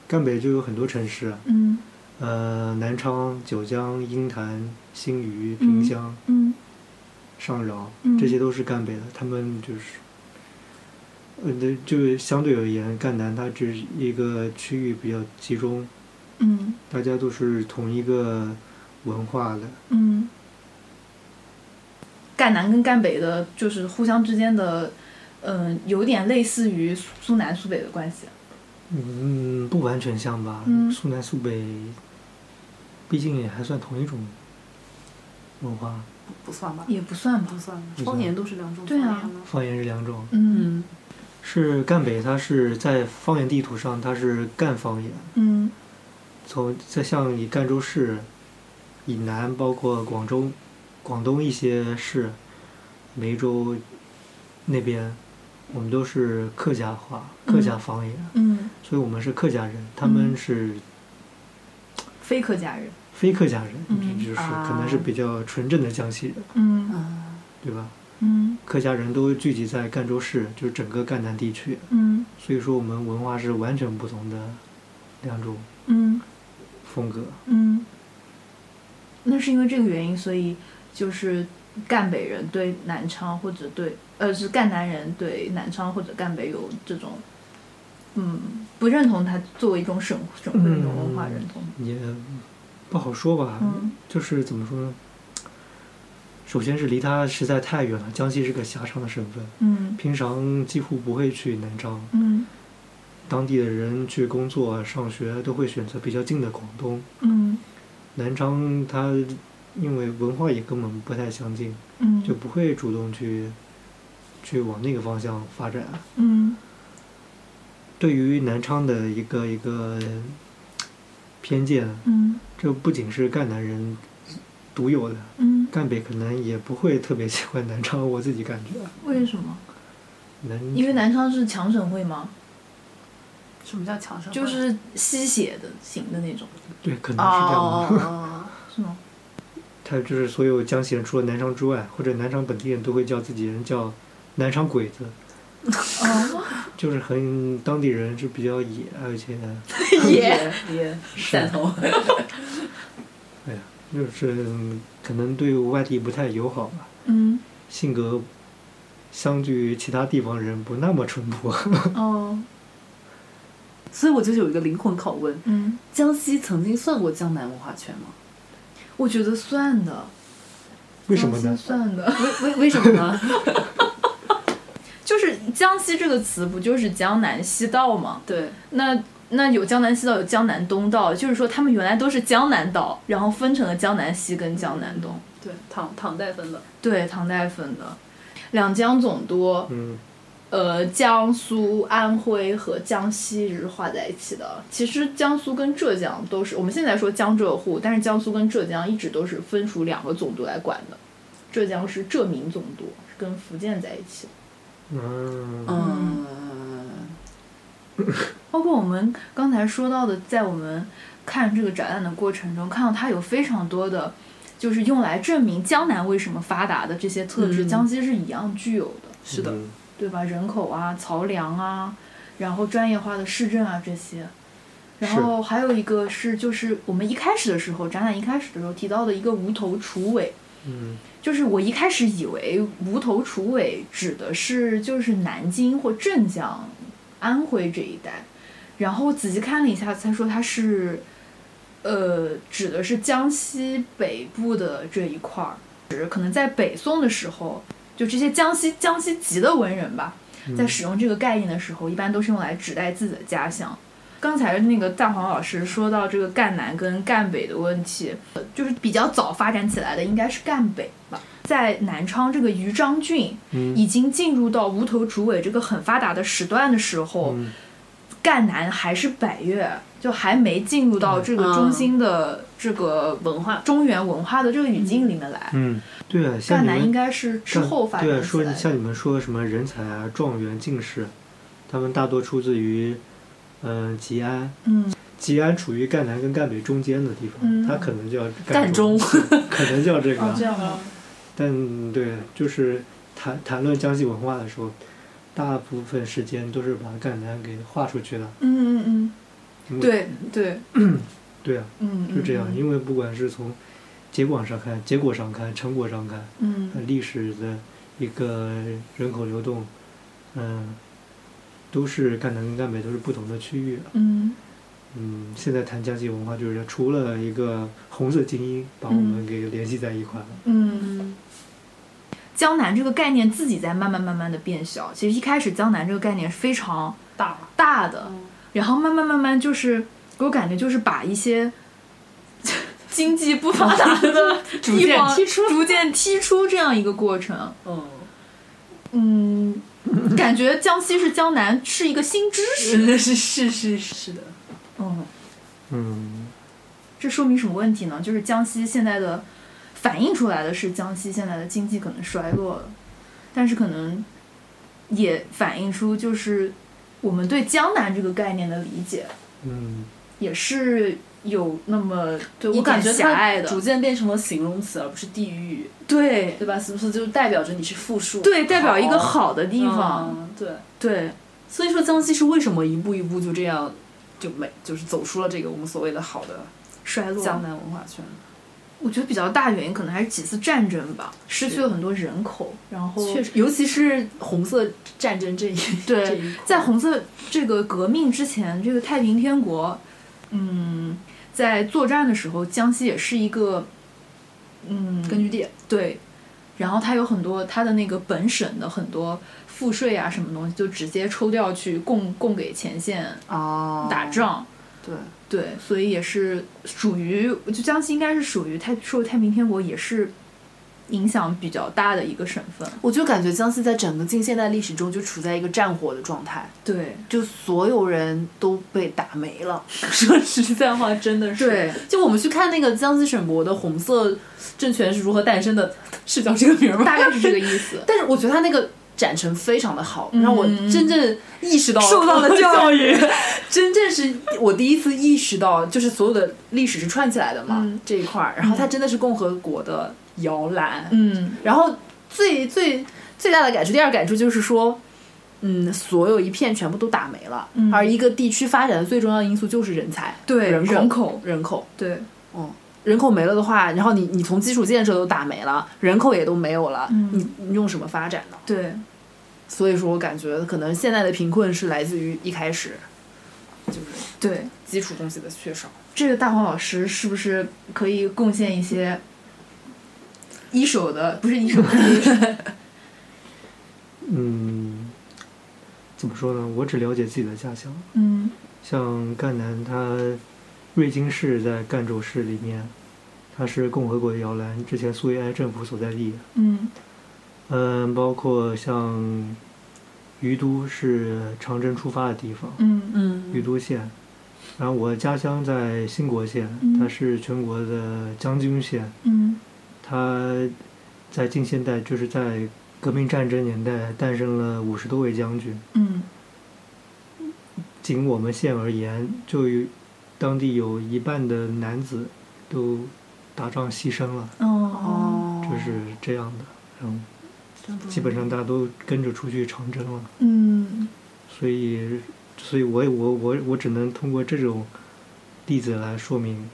Speaker 3: 赣北就有很多城市，啊
Speaker 1: 嗯
Speaker 3: 呃，南昌、九江、鹰潭、新余、萍乡、
Speaker 1: 嗯
Speaker 3: 上饶
Speaker 1: 嗯，
Speaker 3: 这些都是赣北的。他们就是，呃，那就相对而言，赣南它只是一个区域比较集中，
Speaker 1: 嗯
Speaker 3: 大家都是同一个文化的。
Speaker 1: 嗯。赣南跟赣北的，就是互相之间的，嗯、有点类似于苏苏南苏北的关系。啊
Speaker 3: 嗯，不完全像吧。
Speaker 1: 嗯
Speaker 3: 苏南苏北，毕竟也还算同一种文化，
Speaker 2: 不不算吧，
Speaker 1: 也不算吧
Speaker 2: 不。算吧，
Speaker 3: 不
Speaker 2: 方
Speaker 3: 算
Speaker 2: 言都是两种方
Speaker 1: 对啊
Speaker 2: 言了，
Speaker 3: 方言是两种。
Speaker 1: 嗯
Speaker 2: 嗯
Speaker 3: 是赣北，它是在方言地图上，它是赣方言。
Speaker 1: 嗯
Speaker 3: 从再像以赣州市以南，包括广州、广东一些市，梅州那边，我们都是客家话、客家方言，
Speaker 1: 嗯，
Speaker 3: 所以我们是客家人，他们是
Speaker 1: 非客家人。
Speaker 3: 非客家人，
Speaker 1: 嗯
Speaker 3: 就是
Speaker 2: 啊
Speaker 3: 可能是比较纯正的江西人，
Speaker 1: 嗯
Speaker 2: 啊
Speaker 3: 对吧？
Speaker 1: 嗯
Speaker 3: 客家人都聚集在赣州市，就是整个赣南地区，
Speaker 1: 嗯
Speaker 3: 所以说我们文化是完全不同的两种
Speaker 1: 嗯。
Speaker 3: 风格。
Speaker 1: 嗯，那是因为这个原因，所以就是赣北人对南昌或者对呃是赣南人对南昌或者赣北有这种嗯不认同它作为一种省省会的一种文化认同。
Speaker 3: 也不好说吧，
Speaker 1: 嗯
Speaker 3: 就是怎么说呢？首先是离它实在太远了，江西是个狭长的省份，
Speaker 1: 嗯
Speaker 3: 平常几乎不会去南昌，
Speaker 1: 嗯
Speaker 3: 当地的人去工作、上学都会选择比较近的广东。
Speaker 1: 嗯
Speaker 3: 南昌它因为文化也根本不太相近，
Speaker 1: 嗯，
Speaker 3: 就不会主动去去往那个方向发展。
Speaker 1: 嗯
Speaker 3: 对于南昌的一个一个偏见，
Speaker 1: 嗯
Speaker 3: 这不仅是赣南人独有的，
Speaker 1: 嗯，
Speaker 3: 赣北可能也不会特别喜欢南昌，我自己感觉。
Speaker 1: 为什么？
Speaker 3: 南
Speaker 1: 因为南昌是强省会吗？
Speaker 2: 什么叫强生？
Speaker 1: 就是吸血的型的那种，
Speaker 3: 对，可能嗯是这样吧。
Speaker 2: 哦，
Speaker 1: 是吗？
Speaker 3: [laughs] 他就是所有江西人，除了南昌之外，或者南昌本地人都会叫自己人叫南昌鬼子，
Speaker 1: 哦，
Speaker 3: 就是很呃当地人是比较野，而且
Speaker 2: 哦 [laughs] 也也
Speaker 3: 是
Speaker 2: 赞同，
Speaker 3: 哎呀，就是嗯可能对外地不太友好吧，
Speaker 1: 嗯
Speaker 3: 性格相对于其他地方人不那么淳朴。 [laughs]
Speaker 1: 哦
Speaker 2: 所以我就是有一个灵魂拷问：
Speaker 1: 嗯。
Speaker 2: 江西曾经算过江南文化圈吗？
Speaker 1: 我觉得算的，
Speaker 3: 为什么
Speaker 1: 江
Speaker 3: 呢
Speaker 1: 西？算的，
Speaker 2: 为为什么 [laughs] 呢？
Speaker 1: 就是“江西”这个词，不就是江南西道吗？
Speaker 2: 对，
Speaker 1: 那那有江南西道，有江南东道，就是说他们原来都是江南道，然后分成了江南西跟江南东。
Speaker 5: 对，唐唐代分的，
Speaker 1: 对，唐代分的，两江总督，
Speaker 3: 嗯，
Speaker 1: 呃，江苏、安徽和江西是划在一起的。其实江苏跟浙江都是，我们现在说江浙沪，但是江苏跟浙江一直都是分属两个总督来管的。浙江是浙闽总督，是跟福建在一起的。
Speaker 3: 嗯，
Speaker 2: 嗯，
Speaker 1: 包括我们刚才说到的，在我们看这个展览的过程中，看到它有非常多的，就是用来证明江南为什么发达的这些特质，
Speaker 2: 嗯
Speaker 1: 江西是一样具有的。
Speaker 2: 是的，
Speaker 3: 嗯
Speaker 1: 对吧？人口啊、漕粮啊，然后专业化的市政啊这些。然
Speaker 3: 是
Speaker 1: 后还有一个是，就是我们一开始的时候，展览一开始的时候提到的一个无头楚尾，
Speaker 3: 嗯
Speaker 1: 就是我一开始以为无头楚尾指的是就是南京或镇江、安徽这一带，然后仔细看了一下，才说它是，呃，指的是江西北部的这一块儿。只可能在北宋的时候，就这些江西江西籍的文人吧，
Speaker 3: 嗯
Speaker 1: 在使用这个概念的时候，一般都是用来指代自己的家乡。刚才那个蛋黄老师说到这个赣南跟赣北的问题，呃就是比较早发展起来的应该是赣北吧。在南昌这个余章郡
Speaker 3: 嗯
Speaker 1: 已经进入到无头竹尾这个很发达的时段的时候，
Speaker 3: 嗯
Speaker 1: 赣南还是百越，就还没进入到这个中心的这个文化、中原文化的这个语境里面来。
Speaker 3: 嗯，对啊，像
Speaker 1: 赣
Speaker 3: 你
Speaker 1: 南应
Speaker 3: 们
Speaker 1: 该是之
Speaker 3: 像
Speaker 1: 后发
Speaker 3: 对啊，
Speaker 1: 展起
Speaker 3: 说
Speaker 1: 来
Speaker 3: 像
Speaker 1: 的。
Speaker 3: 你们说什么人才啊、状元、进士，他们大多出自于嗯、吉安，
Speaker 1: 嗯，
Speaker 3: 吉安处于赣南跟赣北中间的地方，
Speaker 1: 嗯
Speaker 3: 它可能叫
Speaker 2: 赣中
Speaker 3: 中，
Speaker 1: [laughs]
Speaker 3: 可能叫这个啊、
Speaker 4: 哦这样吗？
Speaker 3: 但对，就是谈谈论江西文化的时候，大部分时间都是把赣南给划出去的。
Speaker 1: 嗯嗯嗯，
Speaker 3: 嗯
Speaker 1: 对对，
Speaker 3: 对啊，
Speaker 1: 嗯，
Speaker 3: 就这样。
Speaker 1: 嗯
Speaker 3: 因为不管是从结果上看、结果上看、成果上看，呃
Speaker 1: 嗯
Speaker 3: 历史的一个人口流动，嗯，都是赣南跟赣北都是不同的区域。
Speaker 1: 嗯
Speaker 3: 嗯，现在谈江西文化，就是除了一个红色精英把我们给联系在一块了。
Speaker 1: 嗯。江南这个概念自己在慢慢慢慢的变小。其实一开始江南这个概念是非常
Speaker 5: 大，
Speaker 1: 大的，
Speaker 5: 嗯
Speaker 1: 然后慢慢慢慢就是给我感觉就是把一些经济不发达
Speaker 2: [laughs]
Speaker 1: 的
Speaker 2: 逐
Speaker 1: 地
Speaker 2: 渐
Speaker 1: 方
Speaker 2: 踢出，
Speaker 1: 逐渐踢出这样一个过程。
Speaker 5: 嗯，
Speaker 1: 嗯，感觉江西是江南是一个新知识。
Speaker 2: 那是是是是，
Speaker 5: 是的，
Speaker 1: 嗯，
Speaker 3: 嗯，
Speaker 1: 这说明什么问题呢？就是江西现在的反映出来的是江西现在的经济可能衰落了，但是可能也反映出就是我们对江南这个概念的理解
Speaker 3: 嗯，
Speaker 1: 也是有那么
Speaker 5: 对
Speaker 1: 一
Speaker 5: 我感
Speaker 1: 点
Speaker 5: 觉
Speaker 1: 狭隘
Speaker 5: 它
Speaker 1: 的
Speaker 5: 逐渐变成了形容词，而不是地域，
Speaker 1: 对
Speaker 5: 对吧？是不是就代表着你是复数？
Speaker 1: 对代表一个
Speaker 5: 好
Speaker 1: 好的地方，
Speaker 5: 嗯对，
Speaker 1: 对
Speaker 2: 所以说江西是为什么一步一步就这样就没就是走出了这个我们所谓的好的
Speaker 1: 衰落。
Speaker 2: 江南文化圈，
Speaker 1: 我觉得比较大原因可能还是几次战争吧，失去了很多人口，然后
Speaker 2: 确实，尤其是红色战争这一这
Speaker 1: 对，
Speaker 2: 一块
Speaker 1: 在红色这个革命之前，这个太平天国，嗯，在作战的时候，江西也是一个，嗯，
Speaker 5: 根据地，
Speaker 1: 对，然后它有很多它的那个本省的很多赋税啊什么东西，就直接抽调去供供给前线
Speaker 2: 哦
Speaker 1: 打仗。
Speaker 2: 对
Speaker 1: 对，所以也是属于，就江西应该是属于太受太平天国也是影响比较大的一个省份。
Speaker 2: 我就感觉江西在整个近现代历史中就处在一个战火的状态，
Speaker 1: 对
Speaker 2: 就所有人都被打
Speaker 1: [laughs]
Speaker 2: 没了。说实在话，真的是。
Speaker 1: 对，
Speaker 2: 就我们去看那个江西省博的《红色政权是如何诞生的》，是叫这个名儿吗？
Speaker 1: 大概是这个意思。
Speaker 2: 但是我觉得他那个展陈非常的好，
Speaker 1: 嗯
Speaker 2: 让我真正意识到
Speaker 1: 受到了教
Speaker 2: 育， [laughs] 真正是我第一次意识到，就是所有的历史是串起来的嘛、
Speaker 1: 嗯
Speaker 2: 这一块儿，然后它真的是共和国的摇篮，
Speaker 1: 嗯
Speaker 2: 然后最最最大的感触，第二个感触就是说，嗯，所有一片全部都打没了，
Speaker 1: 嗯
Speaker 2: 而一个地区发展的最重要的因素就是人才，
Speaker 1: 对
Speaker 2: 人口
Speaker 1: 人口
Speaker 2: 人口，
Speaker 1: 对，
Speaker 2: 嗯。人口没了的话，然后你你从基础建设都打没了，人口也都没有了，
Speaker 1: 嗯
Speaker 2: 你你用什么发展呢？
Speaker 1: 对，
Speaker 2: 所以说，我感觉可能现在的贫困是来自于一开始，就是
Speaker 1: 对，
Speaker 2: 基础东西的缺少。
Speaker 1: 这个大黄老师是不是可以贡献一些一手的，不是一手的
Speaker 3: 嗯嗯，怎么说呢？我只了解自己的家乡。
Speaker 1: 嗯
Speaker 3: 像赣南，它瑞金市在赣州市里面，它是共和国摇篮之前苏维埃政府所在地。
Speaker 1: 嗯
Speaker 3: 嗯，包括像于都是长征出发的地方，
Speaker 1: 嗯
Speaker 3: 于
Speaker 2: 嗯
Speaker 3: 都县。然后我家乡在兴国县，
Speaker 1: 嗯
Speaker 3: 它是全国的将军县，
Speaker 1: 嗯
Speaker 3: 它在近现代就是在革命战争年代诞生了五十多位将军。
Speaker 1: 嗯
Speaker 3: 仅我们县而言，就有当地有一半的男子都打仗牺牲了，
Speaker 1: 哦，
Speaker 3: 这是这样的。嗯，基本上大家都跟着出去长征了，
Speaker 1: 嗯
Speaker 3: 所以，所以我也我我我只能通过这种例子来说明，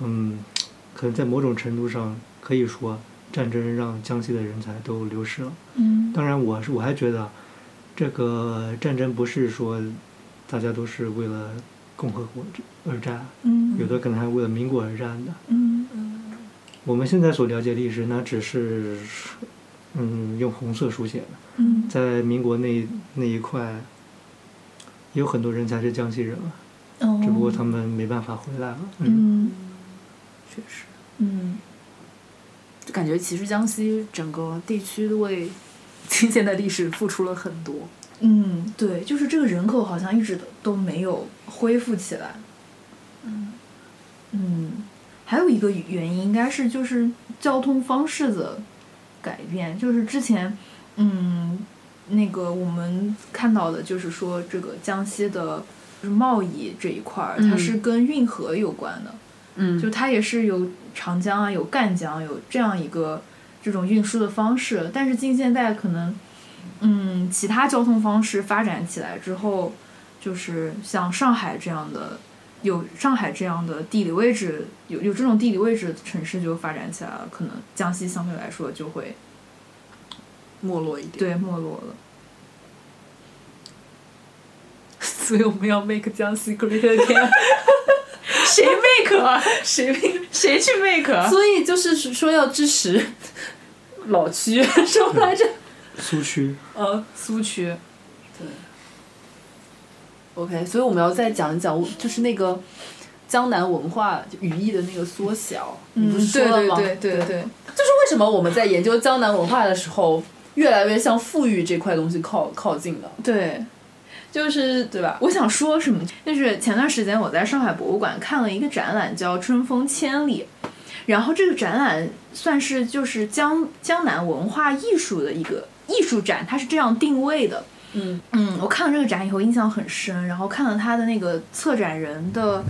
Speaker 3: 嗯，可能在某种程度上可以说，战争让江西的人才都流失了。
Speaker 1: 嗯
Speaker 3: 当然我，是我还觉得，这个战争不是说大家都是为了共和国而战，
Speaker 1: 嗯
Speaker 3: 有的可能还为了民国而战的。
Speaker 1: 嗯
Speaker 3: 我们现在所了解历史，那只是嗯用红色书写的，
Speaker 1: 嗯
Speaker 3: 在民国那那一块，也有很多人才是江西人了，
Speaker 1: 哦，
Speaker 3: 只不过他们没办法回来了。
Speaker 1: 嗯
Speaker 2: 确实，
Speaker 1: 嗯
Speaker 2: 就感觉其实江西整个地区都为近现代历史付出了很多。
Speaker 1: 嗯，对，就是这个人口好像一直都都没有恢复起来。嗯嗯，还有一个原因应该是就是交通方式的改变，就是之前嗯那个我们看到的就是说这个江西的就是贸易这一块儿，它
Speaker 2: 嗯
Speaker 1: 是跟运河有关的。
Speaker 2: 嗯
Speaker 1: 就它也是有长江啊，有赣江，有这样一个这种运输的方式。但是近现代可能，嗯，其他交通方式发展起来之后，就是像上海这样的，有上海这样的地理位置，有有这种地理位置的城市就发展起来了，可能江西相对来说就会
Speaker 2: 没落一点。，
Speaker 1: 对没落了。
Speaker 2: 所以我们要 make 江西 great [laughs] again。
Speaker 5: 谁 make 啊？谁 make？谁去 make？啊
Speaker 2: 所以就是说要支持老区什么来着？
Speaker 3: 苏区，
Speaker 2: 呃，
Speaker 1: 苏区，
Speaker 2: 对。OK，所以我们要再讲一讲，就是那个江南文化语义的那个缩小。你
Speaker 1: 嗯，
Speaker 2: 不是说
Speaker 1: 对
Speaker 2: 了
Speaker 1: 对
Speaker 2: 吗？
Speaker 1: 对对对，
Speaker 2: 就是为什么我们在研究江南文化的时候，越来越向富裕这块东西靠靠近了。
Speaker 1: 对，就是对吧？我想说什么？就是前段时间我在上海博物馆看了一个展览，叫《春风千里》，然后这个展览算是就是江江南文化艺术的一个艺术展，它是这样定位的。
Speaker 2: 嗯
Speaker 1: 嗯，我看了这个展以后印象很深，然后看了他的那个策展人的，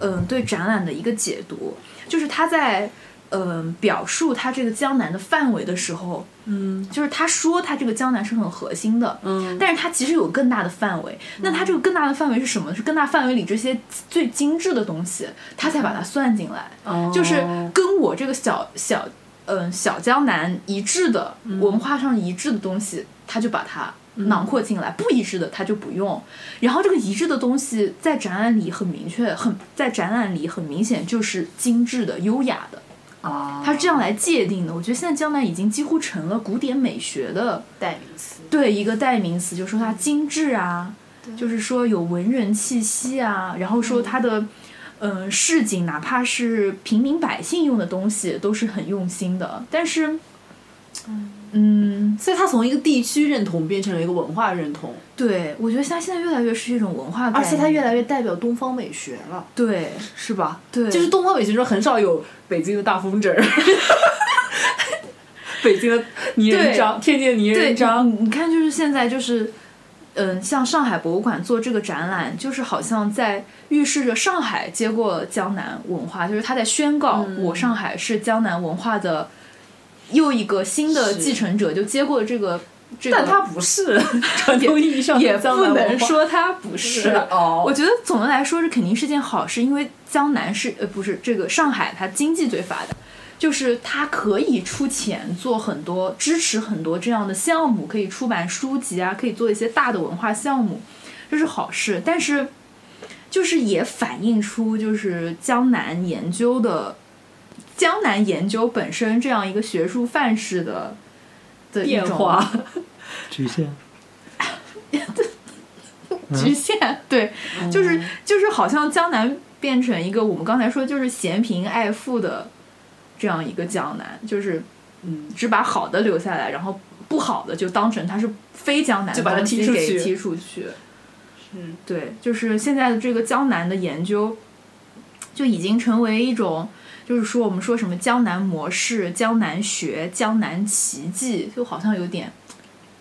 Speaker 1: 嗯、对展览的一个解读，就是他在嗯、表述他这个江南的范围的时候，
Speaker 2: 嗯
Speaker 1: 就是他说他这个江南是很核心的，
Speaker 2: 嗯
Speaker 1: 但是它其实有更大的范围。那它这个更大的范围是什么？是更大范围里这些最精致的东西，它才把它算进来。就是跟我这个小小嗯小江南一致的文化上一致的东西，它就把它囊括进来；不一致的，它就不用。然后这个一致的东西在展览里很明确，很在展览里很明显就是精致的、优雅的。
Speaker 2: 啊，
Speaker 1: 它是这样来界定的。我觉得现在江南已经几乎成了古典美学的
Speaker 5: 代名词。
Speaker 1: 对一个代名词，就说它精致啊，就是说有文人气息啊，然后说它的，嗯、市井哪怕是平民百姓用的东西都是很用心的，但是，嗯，
Speaker 2: 所以它从一个地区认同变成了一个文化认同，
Speaker 1: 对，我觉得它现在越来越是一种文化概
Speaker 2: 而
Speaker 1: 念，
Speaker 2: 且它越来越代表东方美学了，
Speaker 1: 对
Speaker 2: 是吧？
Speaker 1: 对，
Speaker 2: 就是东方美学中很少有北京的大风筝儿，北京的泥人张，天津的泥
Speaker 1: 对，
Speaker 2: 人张，
Speaker 1: 你你看，就是现在就是，嗯，像上海博物馆做这个展览，就是好像在预示着上海接过了江南文化，就是他在宣告
Speaker 2: 嗯
Speaker 1: 我上海是江南文化的又一个新的
Speaker 2: 是
Speaker 1: 继承者，就接过了这个这个，
Speaker 2: 但它不
Speaker 1: [laughs]
Speaker 2: 是传统意义上
Speaker 1: 也
Speaker 2: 的江
Speaker 1: 不
Speaker 2: 南文
Speaker 1: 能
Speaker 2: 化。
Speaker 1: 说它不
Speaker 2: 是
Speaker 1: 是。
Speaker 2: 哦，
Speaker 1: 我觉得总的来说，这肯定是件好事，因为江南是呃不是这个上海，它经济最发达，就是它可以出钱做很多支持很多这样的项目，可以出版书籍啊，可以做一些大的文化项目，这是好事。但是，就是也反映出就是江南研究的江南研究本身这样一个学术范式的的一种
Speaker 2: 变化，
Speaker 3: 局限。
Speaker 1: 局限。 [laughs] 对，
Speaker 2: 嗯
Speaker 1: 就是就是好像江南变成一个我们刚才说就是嫌贫爱富的这样一个江南，就是
Speaker 2: 嗯，
Speaker 1: 只把好的留下来，然后不好的就当成它是非江南的
Speaker 5: 就把它
Speaker 1: 东西
Speaker 5: 踢出
Speaker 1: 给
Speaker 5: 去
Speaker 1: 踢出去。
Speaker 5: 嗯，
Speaker 1: 对，就是现在的这个江南的研究，就已经成为一种，就是说我们说什么江南模式、江南学、江南奇迹，就好像有点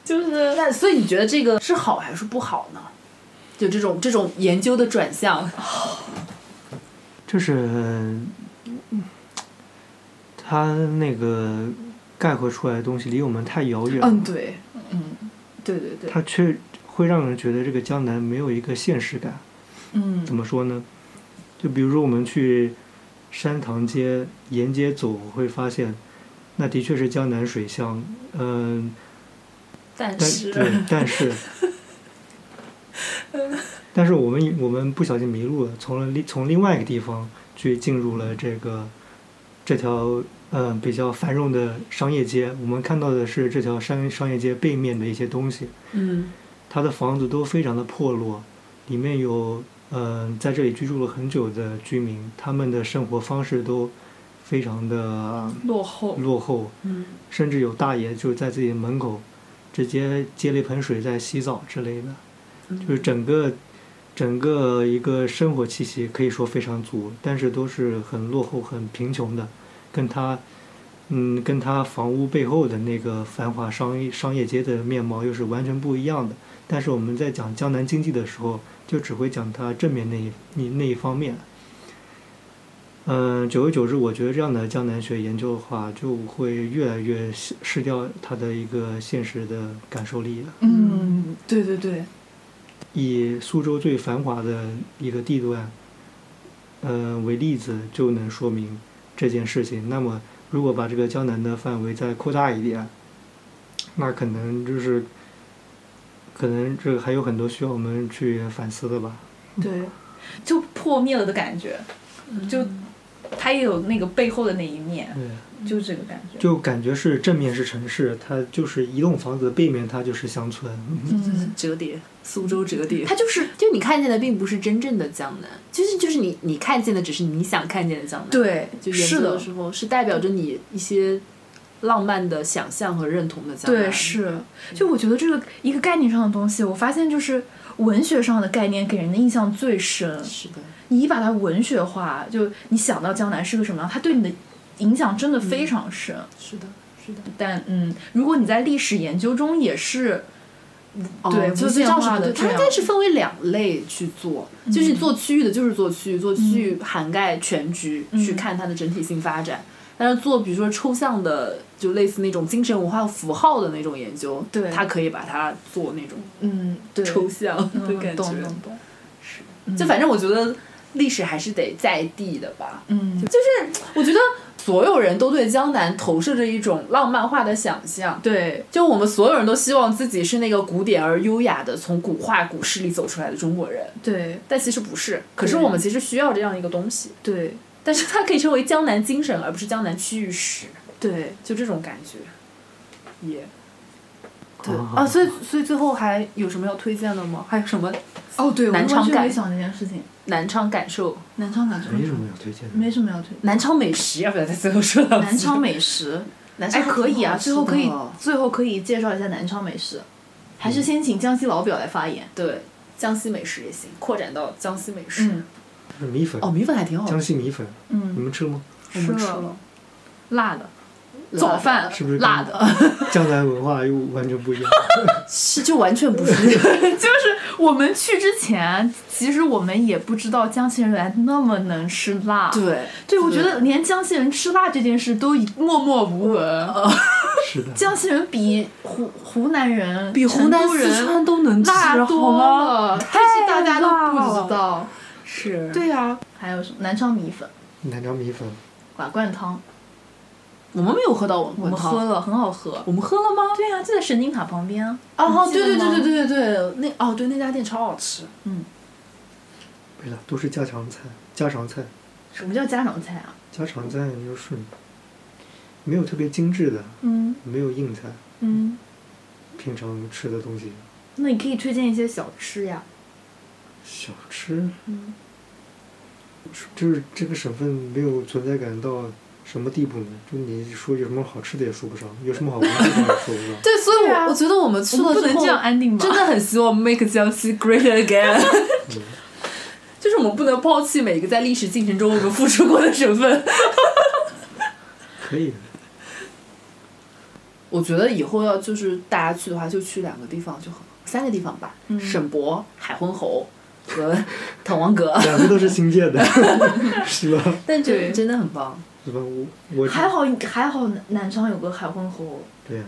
Speaker 5: 就是
Speaker 2: 那所以你觉得这个是好还是不好呢？就这种这种研究的转向，
Speaker 3: 就是嗯它那个概括出来的东西离我们太遥远了，
Speaker 1: 嗯，对，嗯，对对对，
Speaker 3: 它却会让人觉得这个江南没有一个现实感。
Speaker 1: 嗯
Speaker 3: 怎么说呢？就比如说我们去山塘街沿街走，会发现那的确是江南水乡，嗯、
Speaker 2: 但
Speaker 3: 但对，
Speaker 1: [laughs]
Speaker 3: 但是，但是我们我们不小心迷路了，从了另从另外一个地方去进入了这个这条呃比较繁荣的商业街，我们看到的是这条商商业街背面的一些东西，
Speaker 2: 嗯
Speaker 3: 它的房子都非常的破落，里面有嗯、呃在这里居住了很久的居民，他们的生活方式都非常的
Speaker 1: 落后，
Speaker 3: 落后，
Speaker 2: 嗯，
Speaker 3: 甚至有大爷就在自己的门口直接接了一盆水在洗澡之类的，
Speaker 2: 嗯
Speaker 3: 就是整个整个一个生活气息可以说非常足，但是都是很落后、很贫穷的，跟他嗯跟他房屋背后的那个繁华商业商业街的面貌又是完全不一样的。但是我们在讲江南经济的时候，就只会讲它正面那一那那一方面。嗯，久而久之，我觉得这样的江南学研究的话，就会越来越失失掉它的一个现实的感受力了。
Speaker 1: 嗯，对对对，
Speaker 3: 以苏州最繁华的一个地段，呃为例子，就能说明这件事情。那么，如果把这个江南的范围再扩大一点，那可能就是，可能这还有很多需要我们去反思的吧。
Speaker 2: 嗯
Speaker 1: 对，就破灭了的感觉，就它也有那个背后的那一面，
Speaker 3: 对，
Speaker 1: 就这个感觉，
Speaker 3: 就感觉是正面是城市，它就是一栋房子的背面，它就是乡村。
Speaker 1: 嗯，
Speaker 2: 折叠，苏州折叠。
Speaker 1: 它就是
Speaker 2: 就你看见的并不是真正的江南，就是就是你你看见的只是你想看见的江南。，
Speaker 1: 对，
Speaker 2: 就研
Speaker 1: 是
Speaker 2: 究的
Speaker 1: 的，
Speaker 2: 时候是代表着你一些浪漫的想象和认同的江南。
Speaker 1: 对，是。就我觉得这个一个概念上的东西，我发现就是文学上的概念给人的印象最深。
Speaker 2: 是的，
Speaker 1: 你一把它文学化，就你想到江南是个什么样，它对你的影响真的非常深。
Speaker 2: 是的，是的。
Speaker 1: 但嗯，如果你在历史研究中也是，对
Speaker 2: 哦、就
Speaker 1: 无
Speaker 2: 是
Speaker 1: 限
Speaker 2: 叫
Speaker 1: 化
Speaker 2: 什么
Speaker 1: 的
Speaker 2: 对
Speaker 1: 这
Speaker 2: 它应
Speaker 1: 样嗯
Speaker 2: 该是分为两类去做，就是你做区域的，就是做区域，做区域涵盖全局、去
Speaker 1: 嗯
Speaker 2: 看它的整体性发展。但是做比如说抽象的，就类似那种精神文化符号的那种研究，
Speaker 1: 对
Speaker 2: 它可以把它做那种
Speaker 1: 嗯，对，
Speaker 2: 抽象
Speaker 1: 嗯
Speaker 2: 的感觉。
Speaker 1: 懂懂懂，
Speaker 2: 就反正我觉得历史还是得在地的吧。
Speaker 1: 嗯，
Speaker 2: 就是我觉得所有人都对江南投射着一种浪漫化的想象，
Speaker 1: 对，
Speaker 2: 就我们所有人都希望自己是那个古典而优雅的从古画古诗里走出来的中国人，
Speaker 1: 对，
Speaker 2: 但其实不是。可是我们其实需要这样一个东西，
Speaker 1: 对，
Speaker 2: 但是它可以称为江南精神，而不是江南区域史，
Speaker 1: 对，
Speaker 2: 就这种感觉。也、对
Speaker 3: 好好
Speaker 1: 哦
Speaker 2: 啊，所以所以最后还有什么要推荐的吗？还有什么
Speaker 1: 哦，对，我
Speaker 2: 南
Speaker 1: 完
Speaker 2: 昌
Speaker 1: 全
Speaker 2: 感
Speaker 1: 没想这件事情，
Speaker 2: 南昌感受、
Speaker 1: 南昌感觉
Speaker 3: 没什么要推荐的。
Speaker 1: 没什么要推，
Speaker 2: 南昌美食？要不要在最后说 [laughs] 到
Speaker 1: 南昌美食。
Speaker 2: 南
Speaker 1: 哎，
Speaker 2: 昌
Speaker 1: 可以啊，最后可以
Speaker 2: 挺好吃的，
Speaker 1: 最后可以介绍一下南昌美食，还
Speaker 2: 嗯
Speaker 1: 是先请江西老表来发言。
Speaker 2: 对，江西美食也行，扩展到江西美食。
Speaker 1: 嗯，
Speaker 3: 米粉，
Speaker 2: 哦，米粉还挺好吃
Speaker 3: 江，西米粉，你
Speaker 1: 嗯，
Speaker 3: 们吃了吗？ [laughs]
Speaker 2: 我
Speaker 1: 吃
Speaker 2: 们吃
Speaker 1: 了
Speaker 2: 了
Speaker 1: 辣的，
Speaker 2: 辣
Speaker 1: 早饭
Speaker 3: 是不是跟
Speaker 1: 辣的？
Speaker 3: 江南文化又完全不一样。
Speaker 2: [laughs] 是就完全不是
Speaker 1: [laughs] 就是我们去之前，其实我们也不知道江西人原来那么能吃辣。
Speaker 2: 对
Speaker 1: 对，我觉得连江西人吃辣这件事都已默默无闻。
Speaker 2: 哦
Speaker 3: 是的，
Speaker 1: 江西人比湖湖南人、
Speaker 2: 比湖南、
Speaker 1: 成都
Speaker 2: 四
Speaker 1: 人
Speaker 2: 川都能吃，
Speaker 1: 辣
Speaker 2: 好
Speaker 1: 多
Speaker 2: 吗？
Speaker 1: 了，但是大家都
Speaker 2: 太辣
Speaker 1: 不
Speaker 2: 了
Speaker 1: 知道。
Speaker 2: 是，
Speaker 1: 对啊，还有什么南昌米粉、
Speaker 3: 南昌米粉，
Speaker 1: 瓦罐汤，
Speaker 2: 我们没有喝到我
Speaker 1: 我
Speaker 2: 们
Speaker 1: 们喝，了，很好喝。
Speaker 2: 我们喝了吗？
Speaker 1: 对呀、就在神经塔旁边啊。
Speaker 2: 哦，
Speaker 1: 你记
Speaker 2: 对
Speaker 1: 得
Speaker 2: 对
Speaker 1: 吗嗯
Speaker 2: 对对对对对，那哦对那家店超好吃，
Speaker 3: 对了，都是家常菜，家常菜，
Speaker 1: 什么叫家常菜啊？
Speaker 3: 家常菜就是没有特别精致的，
Speaker 1: 嗯
Speaker 3: 没有硬菜，
Speaker 1: 嗯，
Speaker 3: 平常吃的东西。
Speaker 1: 那你可以推荐一些小吃呀。
Speaker 3: 小吃，
Speaker 2: 嗯。
Speaker 3: 就是这个省份没有存在感到什么地步呢？就你说有什么好吃的也说不上，有什么好玩的地方也说不上
Speaker 2: 对，所以我，
Speaker 1: 对啊
Speaker 2: 我觉得我们去
Speaker 1: 我们
Speaker 2: 了
Speaker 1: 不
Speaker 2: 之
Speaker 1: 能这
Speaker 2: 后，
Speaker 1: 样安定吧？
Speaker 2: 真的很希望 make 江西 great again [laughs]
Speaker 3: 嗯。
Speaker 2: 就是我们不能抛弃每一个在历史进程中我们付出过的省份。
Speaker 3: 可以的，，
Speaker 2: [laughs] 我觉得以后要就是大家去的话，就去两个地方就好，三个地方吧，
Speaker 1: 嗯
Speaker 2: 沈博、海昏侯和滕王 [laughs] 阁
Speaker 3: 两个都是新建的， [laughs] 是吧？
Speaker 2: 但这
Speaker 1: 对
Speaker 2: [laughs] 真的很棒。
Speaker 3: 是吧？我我
Speaker 1: 还好还好南，南昌有个海昏侯，
Speaker 3: 对呀、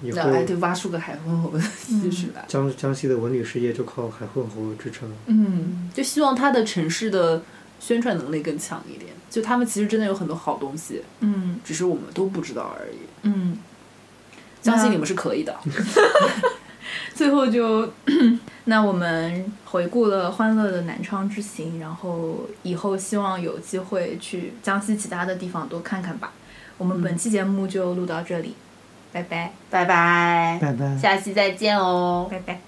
Speaker 3: 以
Speaker 2: 那哎，
Speaker 3: 后
Speaker 2: 对，挖出个海昏侯的历史来。
Speaker 3: 江江西的文旅事业就靠海昏侯支撑。
Speaker 1: 嗯，
Speaker 2: 就希望他的城市的宣传能力更强一点。就他们其实真的有很多好东西，
Speaker 1: 嗯
Speaker 2: 只是我们都不知道而已。
Speaker 1: 嗯，
Speaker 2: 相信
Speaker 1: 那
Speaker 2: 你们是可以的。
Speaker 1: 最后就 [clears throat] 那我们回顾了欢乐的南昌之行，然后以后希望有机会去江西其他的地方多看看吧。我们本期节目就录到这里，拜拜，
Speaker 5: 拜拜，
Speaker 3: 拜拜。
Speaker 5: 下期再见哦。
Speaker 1: 拜拜。